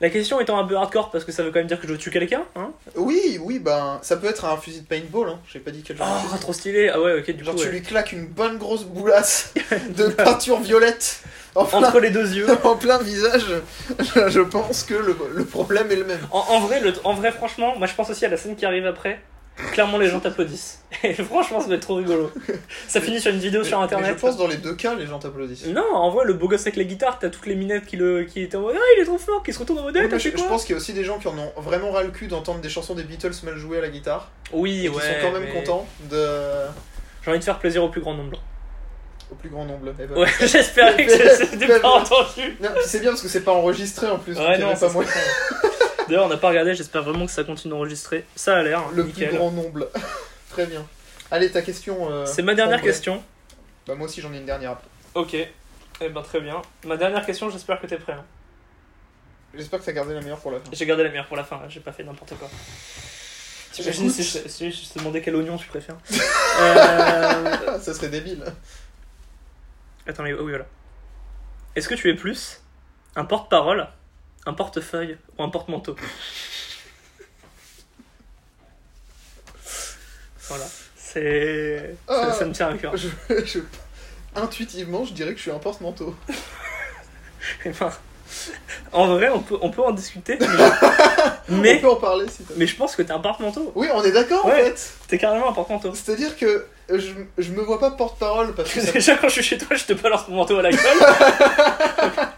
Speaker 2: La question étant un peu hardcore, parce que ça veut quand même dire que je tue quelqu'un, hein.
Speaker 1: Oui, oui, ben, ça peut être un fusil de paintball, hein. j'ai pas dit quel genre de
Speaker 2: Oh,
Speaker 1: fusil.
Speaker 2: trop stylé. Ah ouais, ok, du
Speaker 1: Genre
Speaker 2: coup,
Speaker 1: tu
Speaker 2: ouais.
Speaker 1: lui claques une bonne grosse
Speaker 2: <laughs>
Speaker 1: boulasse de peinture violette en plein,
Speaker 2: entre les deux yeux.
Speaker 1: <laughs> en plein visage, <laughs> je pense que le, le problème est le même.
Speaker 2: En, en vrai, le, en vrai, franchement, moi je pense aussi à la scène qui arrive après. Clairement, les gens t'applaudissent. <laughs> Et franchement, ça va être trop rigolo. Ça finit sur une vidéo sur
Speaker 1: Mais-
Speaker 2: internet.
Speaker 1: mais je pense dans les deux cas, les gens t'applaudissent.
Speaker 2: Non, en vrai, le beau gosse avec la guitare, t'as toutes les minettes qui, le, qui étaient en mode Ah, il est trop fort, qui se retourne en mode Ah,
Speaker 1: Oui,
Speaker 2: t'as
Speaker 1: mais je,
Speaker 2: fait
Speaker 1: je
Speaker 2: quoi
Speaker 1: pense qu'il y a aussi des gens qui en ont vraiment ras le cul d'entendre des chansons des Beatles mal jouées à la guitare.
Speaker 2: Oui,
Speaker 1: Et qui sont quand même
Speaker 2: mais
Speaker 1: contents de...
Speaker 2: J'ai envie de faire plaisir au plus grand nombre.
Speaker 1: au plus grand nombre. Eh ben.
Speaker 2: Ouais, <laughs> j'espérais que c'était pas entendu.
Speaker 1: Non, puis c'est bien parce que c'est pas enregistré en plus. donc
Speaker 2: Ouais,
Speaker 1: il y
Speaker 2: non,
Speaker 1: avait pas
Speaker 2: ça
Speaker 1: moyen.
Speaker 2: serait- D'ailleurs, on n'a pas regardé, j'espère vraiment que ça continue d'enregistrer. Ça a l'air, hein,
Speaker 1: Le
Speaker 2: nickel.
Speaker 1: plus grand nombre. <laughs> Très bien. Allez, ta question. euh,
Speaker 2: C'est ma
Speaker 1: en
Speaker 2: dernière
Speaker 1: vrai.
Speaker 2: question.
Speaker 1: Bah, moi aussi, j'en ai une dernière après.
Speaker 2: Ok. Eh ben très bien. Ma dernière question, j'espère que t'es prêt. hein.
Speaker 1: J'espère que t'as gardé la meilleure pour la fin.
Speaker 2: J'ai gardé la meilleure pour la fin, hein, j'ai pas fait n'importe quoi. T'imagines si, je- si je te demandais quel oignon tu préfères Euh,
Speaker 1: Ah, ça serait débile.
Speaker 2: Attends, mais oh oui, voilà. Est-ce que tu es plus un porte-parole, un portefeuille ou un porte-manteau Voilà. C'est. Ça,
Speaker 1: Ah.
Speaker 2: ça me tient à cœur.
Speaker 1: Je, <laughs> je- Intuitivement, je dirais que je suis un porte-manteau.
Speaker 2: Eh ben, en vrai, on peut, on peut en discuter. Mais,
Speaker 1: On
Speaker 2: mais,
Speaker 1: peut en parler si t'as...
Speaker 2: mais je pense que t'es un porte-manteau.
Speaker 1: Oui, on est d'accord
Speaker 2: Ouais.
Speaker 1: en fait.
Speaker 2: T'es carrément un porte-manteau.
Speaker 1: C'est-à-dire que je, je me vois pas porte-parole parce que
Speaker 2: <laughs>
Speaker 1: ça-
Speaker 2: Déjà, quand je suis chez toi, je te balance mon manteau à la gueule.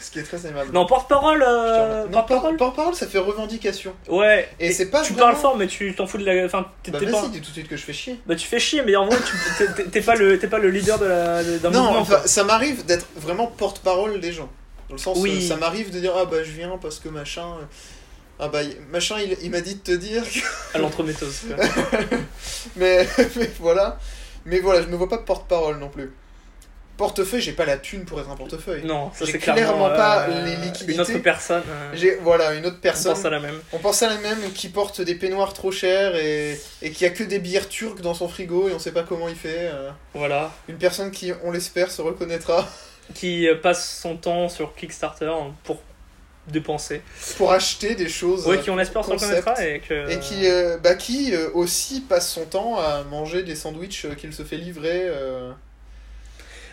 Speaker 1: ce qui est très aimable.
Speaker 2: Non, porte-parole.
Speaker 1: Je te remercie.
Speaker 2: euh,
Speaker 1: Non,
Speaker 2: porte-parole.
Speaker 1: por- porte-parole, ça fait revendication.
Speaker 2: Ouais.
Speaker 1: Et c'est pas
Speaker 2: Tu
Speaker 1: vraiment-
Speaker 2: parles fort, mais tu t'en fous de la. Enfin, t'es
Speaker 1: Bah
Speaker 2: t'es
Speaker 1: vas
Speaker 2: pas.
Speaker 1: si, dis tout de suite que je fais chier.
Speaker 2: Bah tu fais chier, mais en vrai, tu- t'es- t'es- t'es pas le t'es pas le leader de la de- d'un
Speaker 1: Non,
Speaker 2: mouvement.
Speaker 1: enfin,
Speaker 2: quoi.
Speaker 1: ça m'arrive d'être vraiment porte-parole des gens. Dans le sens,
Speaker 2: Oui.
Speaker 1: euh, ça m'arrive de dire ah bah je viens parce que machin. euh, Ah bah y- machin, il, il m'a dit de te dire. que- <laughs>
Speaker 2: à l'entremetteuse. quoi.
Speaker 1: Mais, mais voilà. Mais voilà, je me vois pas porte-parole non plus. Portefeuille, j'ai pas la thune pour être un portefeuille.
Speaker 2: Non, ça
Speaker 1: J'ai
Speaker 2: c'est
Speaker 1: clairement
Speaker 2: euh,
Speaker 1: pas les liquidités.
Speaker 2: Une autre personne. euh,
Speaker 1: J'ai voilà une autre
Speaker 2: on
Speaker 1: personne.
Speaker 2: pense à la même.
Speaker 1: On pense à la même qui porte des peignoirs trop chers et, et qui a que des billets turcs dans son frigo et on sait pas comment il fait. euh.
Speaker 2: Voilà.
Speaker 1: Une personne qui, on l'espère, se reconnaîtra <laughs>
Speaker 2: Qui euh, passe son temps sur Kickstarter pour dépenser.
Speaker 1: pour acheter des choses.
Speaker 2: Ouais, qui on espère se
Speaker 1: concept.
Speaker 2: reconnaîtra et que.
Speaker 1: Et qui, euh, bah, qui euh, aussi passe son temps à manger des sandwichs euh, qu'il se fait livrer. euh.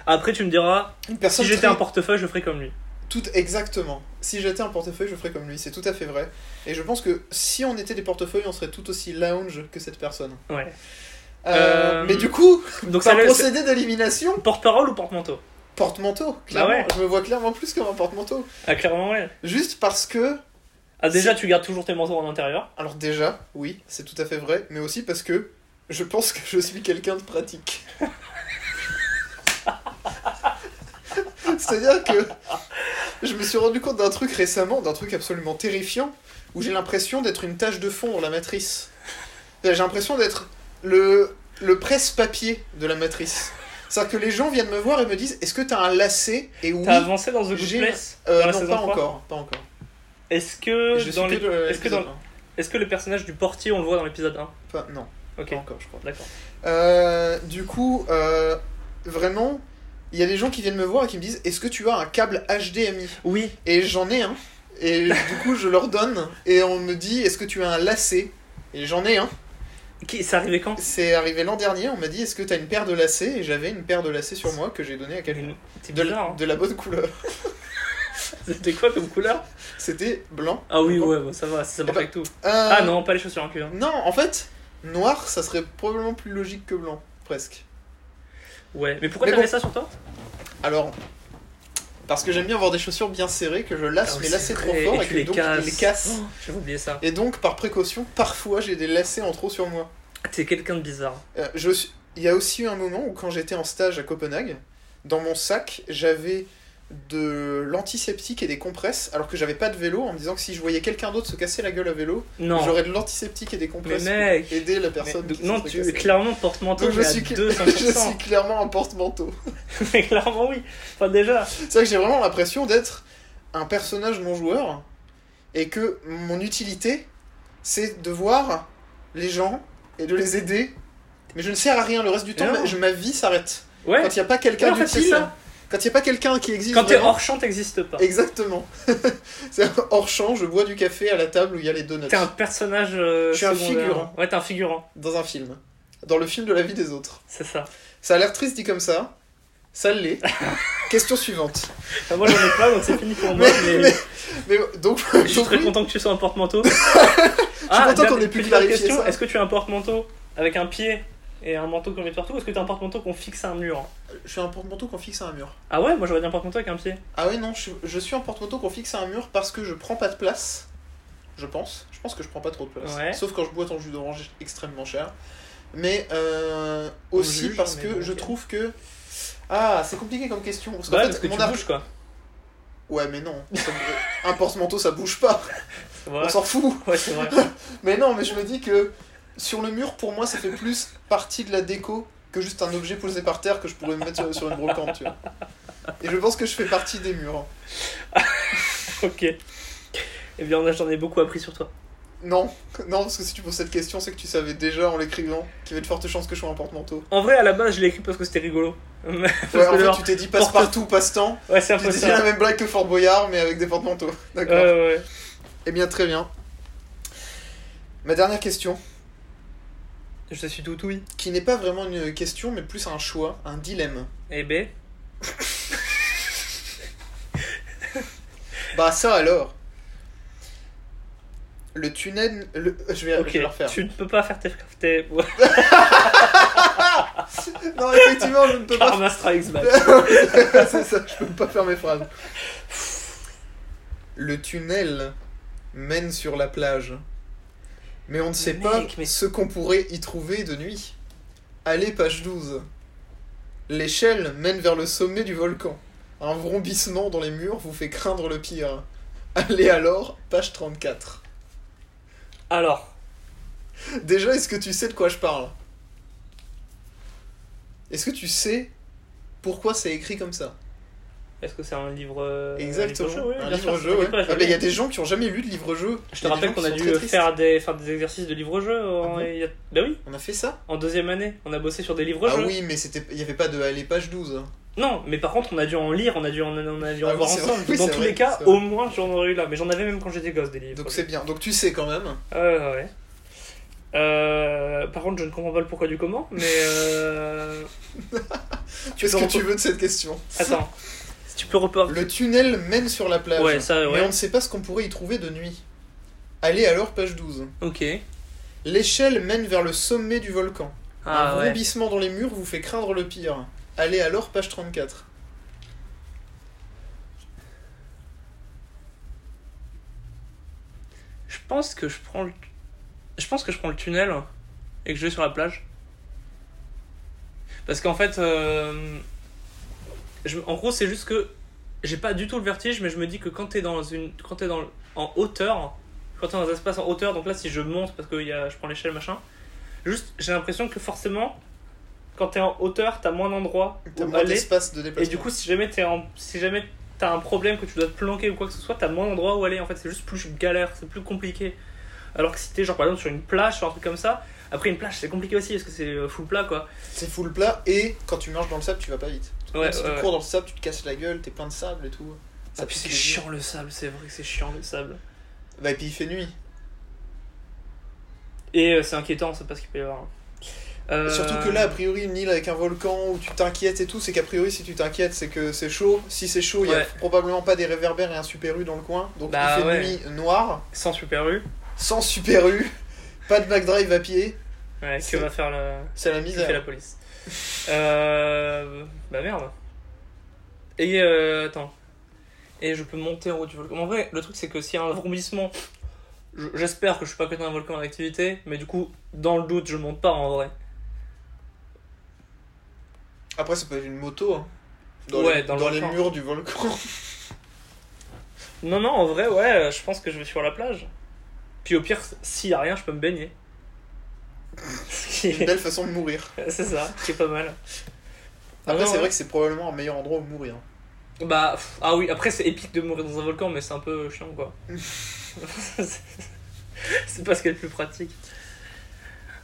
Speaker 2: Après, tu me diras,
Speaker 1: Une personne
Speaker 2: si j'étais
Speaker 1: très-
Speaker 2: un portefeuille, je ferais comme lui.
Speaker 1: Tout exactement. Si j'étais un portefeuille, je ferais comme lui. C'est tout à fait vrai. Et je pense que si on était des portefeuilles, on serait tout aussi lounge que cette personne.
Speaker 2: Ouais. <laughs>
Speaker 1: Euh,
Speaker 2: Euh,
Speaker 1: Mais du coup,
Speaker 2: Donc ça
Speaker 1: par
Speaker 2: laisse-
Speaker 1: procédé d'élimination,
Speaker 2: Porte-parole ou porte-manteau
Speaker 1: porte-manteau. Clairement,
Speaker 2: Bah ouais.
Speaker 1: je me vois clairement plus comme un porte-manteau.
Speaker 2: Ah, clairement, ouais.
Speaker 1: Juste parce que,
Speaker 2: Ah, déjà, tu gardes toujours tes manteaux en intérieur.
Speaker 1: alors déjà, oui, c'est tout à fait vrai, mais aussi parce que je pense que je suis quelqu'un de pratique. <laughs> C'est-à-dire que je me suis rendu compte d'un truc récemment, d'un truc absolument terrifiant, où j'ai l'impression d'être une tache de fond dans la matrice. J'ai l'impression d'être le, le presse-papier de la matrice. C'est-à-dire que les gens viennent me voir et me disent Est-ce que t'as un lacet Et oui,
Speaker 2: T'as avancé dans The Good
Speaker 1: j'ai-
Speaker 2: Place
Speaker 1: euh,
Speaker 2: dans la
Speaker 1: non,
Speaker 2: saison
Speaker 1: pas
Speaker 2: 3
Speaker 1: encore, pas encore.
Speaker 2: Est-ce que
Speaker 1: Je suis
Speaker 2: dans
Speaker 1: que
Speaker 2: les-
Speaker 1: de
Speaker 2: est-ce que dans-
Speaker 1: l'épisode
Speaker 2: Est-ce que le personnage du portier, on le voit dans l'épisode 1
Speaker 1: un. Pas- non,
Speaker 2: Ok,
Speaker 1: pas encore, je crois.
Speaker 2: d'accord.
Speaker 1: Euh, du coup, euh, vraiment, il y a des gens qui viennent me voir et qui me disent Est-ce que tu as un câble HDMI
Speaker 2: Oui,
Speaker 1: Et j'en ai un. Et <laughs> du coup, je leur donne. Et on me dit Est-ce que tu as un lacet Et j'en ai un.
Speaker 2: Qui, c'est arrivé quand
Speaker 1: C'est arrivé l'an dernier. On m'a dit Est-ce que tu as une paire de lacets Et j'avais une paire de lacets sur moi que j'ai donnée à quelqu'un.
Speaker 2: C'est
Speaker 1: De, la-
Speaker 2: bizarre.
Speaker 1: <laughs>
Speaker 2: hein.
Speaker 1: de la bonne couleur.
Speaker 2: C'était quoi comme couleur
Speaker 1: C'était blanc.
Speaker 2: Ah oui, ouais, bah, ça va, ça marche
Speaker 1: ben-
Speaker 2: avec tout.
Speaker 1: Euh,
Speaker 2: Ah non, pas les chaussures en cuir.
Speaker 1: Non, en fait, noir, ça serait probablement plus logique que blanc, presque.
Speaker 2: Ouais, mais pourquoi
Speaker 1: Mais
Speaker 2: t'avais
Speaker 1: bon.
Speaker 2: ça sur toi
Speaker 1: Alors, parce que j'aime bien avoir des chaussures bien serrées, que je lasse,
Speaker 2: Ah oui,
Speaker 1: mais là c'est trop
Speaker 2: vrai,
Speaker 1: fort et,
Speaker 2: tu
Speaker 1: que donc je les casse.
Speaker 2: Oh, J'avais oublié ça.
Speaker 1: Et donc, par précaution, parfois j'ai des lacets en trop sur moi.
Speaker 2: Ah, T'es quelqu'un de bizarre.
Speaker 1: Euh, je suis- Il y a aussi eu un moment où, quand j'étais en stage à Copenhague, dans mon sac, j'avais de l'antiseptique et des compresses, alors que j'avais pas de vélo, en me disant que si je voyais quelqu'un d'autre se casser la gueule à vélo,
Speaker 2: Non,
Speaker 1: j'aurais de l'antiseptique et des compresses
Speaker 2: Mais mec,
Speaker 1: pour aider la
Speaker 2: mais-
Speaker 1: personne.
Speaker 2: donc,
Speaker 1: qui se
Speaker 2: non
Speaker 1: serait
Speaker 2: tu
Speaker 1: cassée.
Speaker 2: clairement porte-manteau,
Speaker 1: Donc, je
Speaker 2: mais à
Speaker 1: suis, cl- <laughs> je
Speaker 2: 200%.
Speaker 1: suis clairement un porte-manteau.
Speaker 2: <laughs> Mais clairement, oui. Enfin, déjà.
Speaker 1: C'est vrai que j'ai vraiment l'impression d'être un personnage non joueur et que mon utilité, c'est de voir les gens et de les aider. Mais je ne sers à rien le reste du temps,
Speaker 2: Non.
Speaker 1: ma- je- ma vie s'arrête.
Speaker 2: Ouais,
Speaker 1: Quand il n'y a pas
Speaker 2: Ouais,
Speaker 1: quelqu'un
Speaker 2: en fait, c'est
Speaker 1: d'utile,
Speaker 2: ça.
Speaker 1: quand il n'y a pas quelqu'un qui existe.
Speaker 2: hein. Quand t'es
Speaker 1: vraiment-
Speaker 2: hors champ, t'existes pas.
Speaker 1: Exactement. <laughs> c'est hors champ, je bois du café à la table où il y a les donuts.
Speaker 2: T'es un personnage. euh,
Speaker 1: Je suis un
Speaker 2: secondaire.
Speaker 1: figurant.
Speaker 2: Ouais, t'es un figurant,
Speaker 1: Dans un film. Dans le film de la vie des autres.
Speaker 2: c'est ça.
Speaker 1: Ça a l'air triste dit comme ça. Ça
Speaker 2: <laughs>
Speaker 1: l'est. Question suivante.
Speaker 2: Enfin, moi j'en ai pas, donc c'est fini pour moi. Mais,
Speaker 1: Mais- Mais donc,
Speaker 2: je suis
Speaker 1: donc
Speaker 2: très
Speaker 1: oui,
Speaker 2: content que tu sois
Speaker 1: <laughs>
Speaker 2: un porte-manteau.
Speaker 1: content qu'on ait
Speaker 2: dernière-
Speaker 1: pu
Speaker 2: petite
Speaker 1: clarifier
Speaker 2: question,
Speaker 1: ça.
Speaker 2: Est-ce que tu as un porte-manteau avec un pied et un manteau qu'on met partout ou est-ce que tu as un porte-manteau qu'on fixe à un mur
Speaker 1: je suis un porte-manteau qu'on fixe à un mur.
Speaker 2: Ah ouais, moi j'aurais dit un porte-manteau avec un pied.
Speaker 1: Ah oui, non, je, je suis un porte-moto qu'on fixe à un mur parce que je prends pas de place. Je pense. Je pense que je prends pas trop de place.
Speaker 2: Ouais.
Speaker 1: Sauf quand je bois ton jus d'orange extrêmement cher. Mais euh, aussi
Speaker 2: juge,
Speaker 1: parce
Speaker 2: mais
Speaker 1: que
Speaker 2: bon,
Speaker 1: je
Speaker 2: ok.
Speaker 1: trouve que. Ah, c'est compliqué comme question. Parce qu'en
Speaker 2: Bah,
Speaker 1: fait,
Speaker 2: parce que
Speaker 1: mon
Speaker 2: tu
Speaker 1: ar-
Speaker 2: bouges quoi.
Speaker 1: Ouais, mais non. Ça me- un porte-manteau, ça bouge pas.
Speaker 2: Voilà.
Speaker 1: On s'en fout.
Speaker 2: Ouais, c'est vrai. <laughs>
Speaker 1: Mais non, mais je me dis que sur le mur, pour moi, ça fait plus partie de la déco que juste un objet posé par terre que je pourrais me mettre sur, sur une brocante, tu vois. Et je pense que je fais partie des murs.
Speaker 2: ok. Eh bien, on a- j'en ai beaucoup appris sur toi.
Speaker 1: Non, <laughs> non, parce que si tu poses cette question, c'est que tu savais déjà en l'écrivant qu'il y avait de fortes chances que je sois un porte-manteau.
Speaker 2: En vrai, à la base, je l'ai écrit parce que c'était rigolo. <laughs> ouais,
Speaker 1: Ouais, en fait, tu t'es dit
Speaker 2: porte-
Speaker 1: passe-partout, passe-temps.
Speaker 2: ouais c'est un
Speaker 1: Tu
Speaker 2: peu
Speaker 1: t'es dit la
Speaker 2: ça. Euh.
Speaker 1: même blague que Fort Boyard, mais avec des porte-manteaux.
Speaker 2: Ouais,
Speaker 1: D'accord.
Speaker 2: ouais, ouais.
Speaker 1: Eh bien, très bien. Ma dernière question,
Speaker 2: Je suis toutouille.
Speaker 1: qui n'est pas vraiment une question, mais plus un choix, un dilemme.
Speaker 2: Eh ben,
Speaker 1: Bah, ça alors Le tunnel. Le... Je, vais, je
Speaker 2: ok,
Speaker 1: vais le refaire.
Speaker 2: tu ne peux pas faire tes... tes... Ouais,
Speaker 1: Non, effectivement, je ne
Speaker 2: <laughs>
Speaker 1: peux <laughs> pas.
Speaker 2: Karma Strikes Back.
Speaker 1: Ah, c'est ça, je peux pas faire mes phrases. Le tunnel mène sur la plage. Mais on ne sait
Speaker 2: Mec,
Speaker 1: pas
Speaker 2: mais-
Speaker 1: ce qu'on pourrait y trouver de nuit. Allez, page 12. L'échelle mène vers le sommet du volcan. Un vrombissement dans les murs vous fait craindre le pire. Allez alors, page 34.
Speaker 2: Alors,
Speaker 1: Déjà, est-ce que tu sais de quoi je parle Est-ce que tu sais pourquoi c'est écrit comme ça
Speaker 2: est-ce que c'est un livre... euh,
Speaker 1: Exactement. Un
Speaker 2: bien sûr,
Speaker 1: livre-jeu,
Speaker 2: t'inquiète
Speaker 1: ouais.
Speaker 2: pas, je
Speaker 1: Ah,
Speaker 2: l'ai.
Speaker 1: mais il y a des gens qui ont jamais lu de livre-jeu. Il
Speaker 2: Je
Speaker 1: y
Speaker 2: te
Speaker 1: a des
Speaker 2: rappelle
Speaker 1: gens
Speaker 2: qu'on
Speaker 1: qui
Speaker 2: a
Speaker 1: sont
Speaker 2: dû
Speaker 1: très
Speaker 2: euh,
Speaker 1: tristes.
Speaker 2: faire des, faire des exercices de livre-jeu. en-
Speaker 1: Ah bon
Speaker 2: il y a- Bah oui,
Speaker 1: On a fait ça
Speaker 2: en deuxième année, on a bossé sur des
Speaker 1: Ah
Speaker 2: livres-jeux.
Speaker 1: oui, mais c'était, il y avait pas de aller page 12.
Speaker 2: Non, mais par contre, on a dû en lire, on a dû en, on a dû en
Speaker 1: Ah oui,
Speaker 2: voir
Speaker 1: c'est
Speaker 2: ensemble.
Speaker 1: vrai. Oui,
Speaker 2: Dans
Speaker 1: c'est
Speaker 2: tous
Speaker 1: vrai,
Speaker 2: les cas,
Speaker 1: c'est vrai.
Speaker 2: au moins, j'en aurais eu là. Mais j'en avais même quand j'étais gosse des livres.
Speaker 1: Donc c'est bien. Donc tu sais quand même.
Speaker 2: Ouais, ouais, ouais. Euh, par contre, je ne comprends pas le pourquoi du comment, mais. Euh...
Speaker 1: <laughs> Qu'est-ce que
Speaker 2: peux repo-
Speaker 1: tu veux de cette question
Speaker 2: Attends, si tu peux reporter.
Speaker 1: Le tunnel mène sur la plage.
Speaker 2: Ouais, ça, ouais.
Speaker 1: Mais on ne sait pas ce qu'on pourrait y trouver de nuit. Allez alors, page 12.
Speaker 2: Ok.
Speaker 1: L'échelle mène vers le sommet du volcan.
Speaker 2: Ah
Speaker 1: un
Speaker 2: ouais.
Speaker 1: vrombissement dans les murs vous fait craindre le pire. Allez alors, page 34.
Speaker 2: Je pense que je prends le. Je pense que je prends le tunnel et que je vais sur la plage. Parce qu'en fait. euh, je- En gros, c'est juste que. J'ai pas du tout le vertige, mais je me dis que quand t'es dans une. Quand t'es dans... en hauteur. Quand t'es dans un espace en hauteur, donc là, si je monte parce que il y a... je prends l'échelle, machin. Juste, j'ai l'impression que forcément. Quand t'es en hauteur, t'as moins d'endroits
Speaker 1: T'as
Speaker 2: où
Speaker 1: moins
Speaker 2: aller.
Speaker 1: d'espace de
Speaker 2: Et
Speaker 1: déplacement.
Speaker 2: du coup, si jamais t'es en... si jamais t'as un problème que tu dois te planquer ou quoi que ce soit, t'as moins d'endroits où aller. En fait, c'est juste plus galère, c'est plus compliqué. Alors que si t'es genre par exemple sur une plage, sur un truc comme ça, après une plage c'est compliqué aussi parce que c'est euh, full plat quoi.
Speaker 1: C'est full plat et quand tu marches dans le sable, tu vas pas vite.
Speaker 2: Ouais,
Speaker 1: Même si
Speaker 2: ouais,
Speaker 1: tu
Speaker 2: ouais.
Speaker 1: cours dans le sable, tu te casses la gueule, t'es plein de sable et tout.
Speaker 2: Ah, puis
Speaker 1: pique
Speaker 2: c'est
Speaker 1: les yeux.
Speaker 2: chiant le sable, c'est vrai que c'est chiant le sable.
Speaker 1: Bah, et puis il fait nuit.
Speaker 2: Et euh, c'est inquiétant, c'est pas ce qu'il peut y avoir. hein. Euh,
Speaker 1: Surtout que là, a priori, une île avec un volcan où tu t'inquiètes et tout, c'est qu'a priori, si tu t'inquiètes, c'est que c'est chaud. Si c'est chaud, il y a
Speaker 2: Ouais.
Speaker 1: probablement pas des réverbères et un super U dans le coin. Donc
Speaker 2: Bah,
Speaker 1: il fait
Speaker 2: ouais.
Speaker 1: nuit noire,
Speaker 2: sans super U,
Speaker 1: sans super U, <laughs> pas de backdrive à pied,
Speaker 2: ouais, que
Speaker 1: C'est-
Speaker 2: va faire la,
Speaker 1: c'est la
Speaker 2: que fait la
Speaker 1: misère.
Speaker 2: police euh... Bah merde. Et euh, attends. Et je peux monter en haut du volcan. En vrai, le truc c'est que s'il y a un vrombissement, je- j'espère que je suis pas que dans un volcan en activité, mais du coup, dans le doute, je monte pas en vrai.
Speaker 1: Après, ça peut être une moto. hein. Dans,
Speaker 2: Ouais,
Speaker 1: les,
Speaker 2: dans le
Speaker 1: les
Speaker 2: volcan.
Speaker 1: murs du volcan.
Speaker 2: <laughs> Non, non, en vrai, ouais, euh, je pense que je vais sur la plage. Puis au pire, s'il y a rien, je peux me baigner. <laughs> Ce qui
Speaker 1: une
Speaker 2: est-
Speaker 1: belle façon de mourir.
Speaker 2: <laughs> c'est ça, qui est pas mal.
Speaker 1: Après,
Speaker 2: Non,
Speaker 1: c'est
Speaker 2: Ah, ouais.
Speaker 1: vrai que c'est probablement un meilleur endroit où mourir.
Speaker 2: Bah, pff, ah oui, après c'est épique de mourir dans un volcan, mais c'est un peu chiant quoi. c'est pas ce qu'il y a de plus pratique.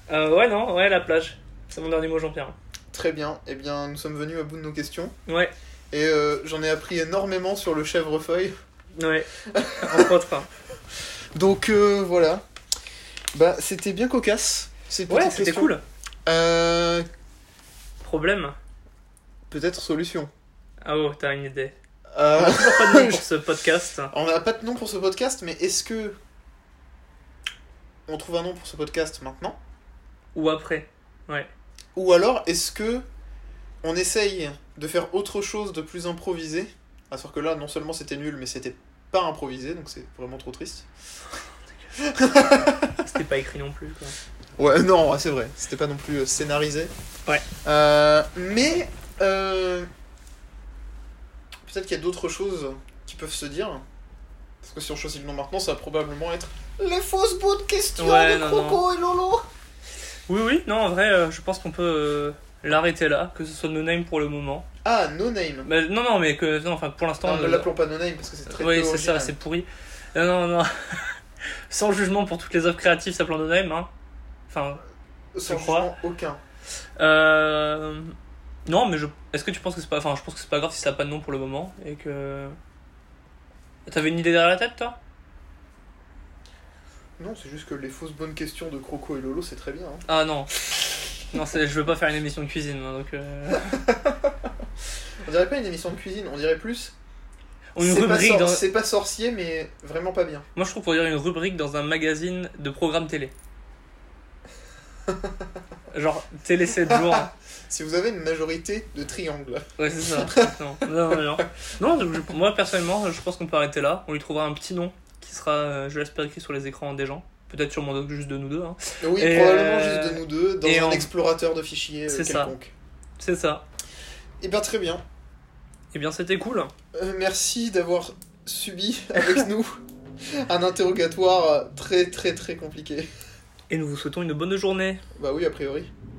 Speaker 2: Euh, ouais, non, ouais, la plage. C'est mon dernier mot, Jean-Pierre.
Speaker 1: Très bien. Eh bien, nous sommes venus à bout de nos questions.
Speaker 2: Ouais,
Speaker 1: Et euh, j'en ai appris énormément sur le chèvrefeuille.
Speaker 2: ouais. Entre autres. hein.
Speaker 1: Donc euh, voilà. Bah c'était bien cocasse. Ces
Speaker 2: Ouais,
Speaker 1: petites
Speaker 2: c'était
Speaker 1: questions.
Speaker 2: cool.
Speaker 1: Euh,
Speaker 2: Problème
Speaker 1: Peut-être solution.
Speaker 2: Ah oh, t'as une idée. On
Speaker 1: Euh,
Speaker 2: a toujours pas de nom pour ce podcast.
Speaker 1: on n'a pas de nom pour ce podcast, mais est-ce que on trouve un nom pour ce podcast maintenant
Speaker 2: Ou après. Ouais.
Speaker 1: Ou alors est-ce que on essaye de faire autre chose de plus improvisé À savoir que là, non seulement c'était nul, mais c'était pas improvisé, donc c'est vraiment trop triste.
Speaker 2: C'était pas écrit non plus. Quoi.
Speaker 1: Ouais, non, ouais, c'est vrai. C'était pas non plus euh, scénarisé.
Speaker 2: Ouais.
Speaker 1: Euh, mais euh, peut-être qu'il y a d'autres choses qui peuvent se dire. Parce que si on choisit le nom maintenant, ça va probablement être les fausses bonnes questions
Speaker 2: Ouais,
Speaker 1: de
Speaker 2: non,
Speaker 1: Croco et Lolo.
Speaker 2: Oui, oui, non, en vrai, euh, je pense qu'on peut euh, l'arrêter là, que ce soit No Name pour le moment.
Speaker 1: Ah, No Name.
Speaker 2: Bah, non, non, mais que, non, enfin, pour l'instant.
Speaker 1: Non, ne
Speaker 2: euh,
Speaker 1: l'appelons pas No Name parce que c'est très
Speaker 2: oui,
Speaker 1: peu
Speaker 2: c'est ça,
Speaker 1: original.
Speaker 2: c'est pourri. Non, non, non. <laughs> Sans jugement pour toutes les œuvres créatives s'appelant No Name, hein. Enfin,
Speaker 1: Sans
Speaker 2: je crois.
Speaker 1: jugement aucun.
Speaker 2: euh... Non, mais je... est-ce que tu penses que c'est pas. Enfin, je pense que c'est pas grave si ça a pas de nom pour le moment et que. T'avais une idée derrière la tête, toi
Speaker 1: Non, c'est juste que les fausses bonnes questions de Croco et Lolo, c'est très bien. hein.
Speaker 2: Ah non. Non, c'est- je veux pas faire une émission de cuisine, moi, donc. euh,
Speaker 1: On dirait pas une émission de cuisine, on dirait plus.
Speaker 2: Une
Speaker 1: c'est pas
Speaker 2: rubrique
Speaker 1: sor-
Speaker 2: dans.
Speaker 1: C'est pas sorcier, mais vraiment pas bien.
Speaker 2: Moi, je trouve pour dire une rubrique dans un magazine de
Speaker 1: <laughs>
Speaker 2: programme télé. Genre télé 7 jours.
Speaker 1: Si vous avez une majorité de triangles.
Speaker 2: Ouais, c'est ça. exactement. Non, non, non. Non, je- moi personnellement, je pense qu'on peut arrêter là. On lui trouvera un petit nom qui sera, euh, je l'espère, écrit sur les écrans des gens. Peut-être sûrement de- juste de nous deux. hein.
Speaker 1: Oui,
Speaker 2: Et
Speaker 1: probablement
Speaker 2: euh,
Speaker 1: juste de nous deux, dans
Speaker 2: et
Speaker 1: un
Speaker 2: on-
Speaker 1: explorateur de fichiers euh,
Speaker 2: C'est ça.
Speaker 1: quelconque.
Speaker 2: C'est ça.
Speaker 1: Et bien très bien.
Speaker 2: Eh bien, c'était cool.
Speaker 1: Euh, merci d'avoir subi
Speaker 2: <laughs>
Speaker 1: avec nous un interrogatoire très très très compliqué.
Speaker 2: Et nous vous souhaitons une bonne journée.
Speaker 1: Bah oui, a priori.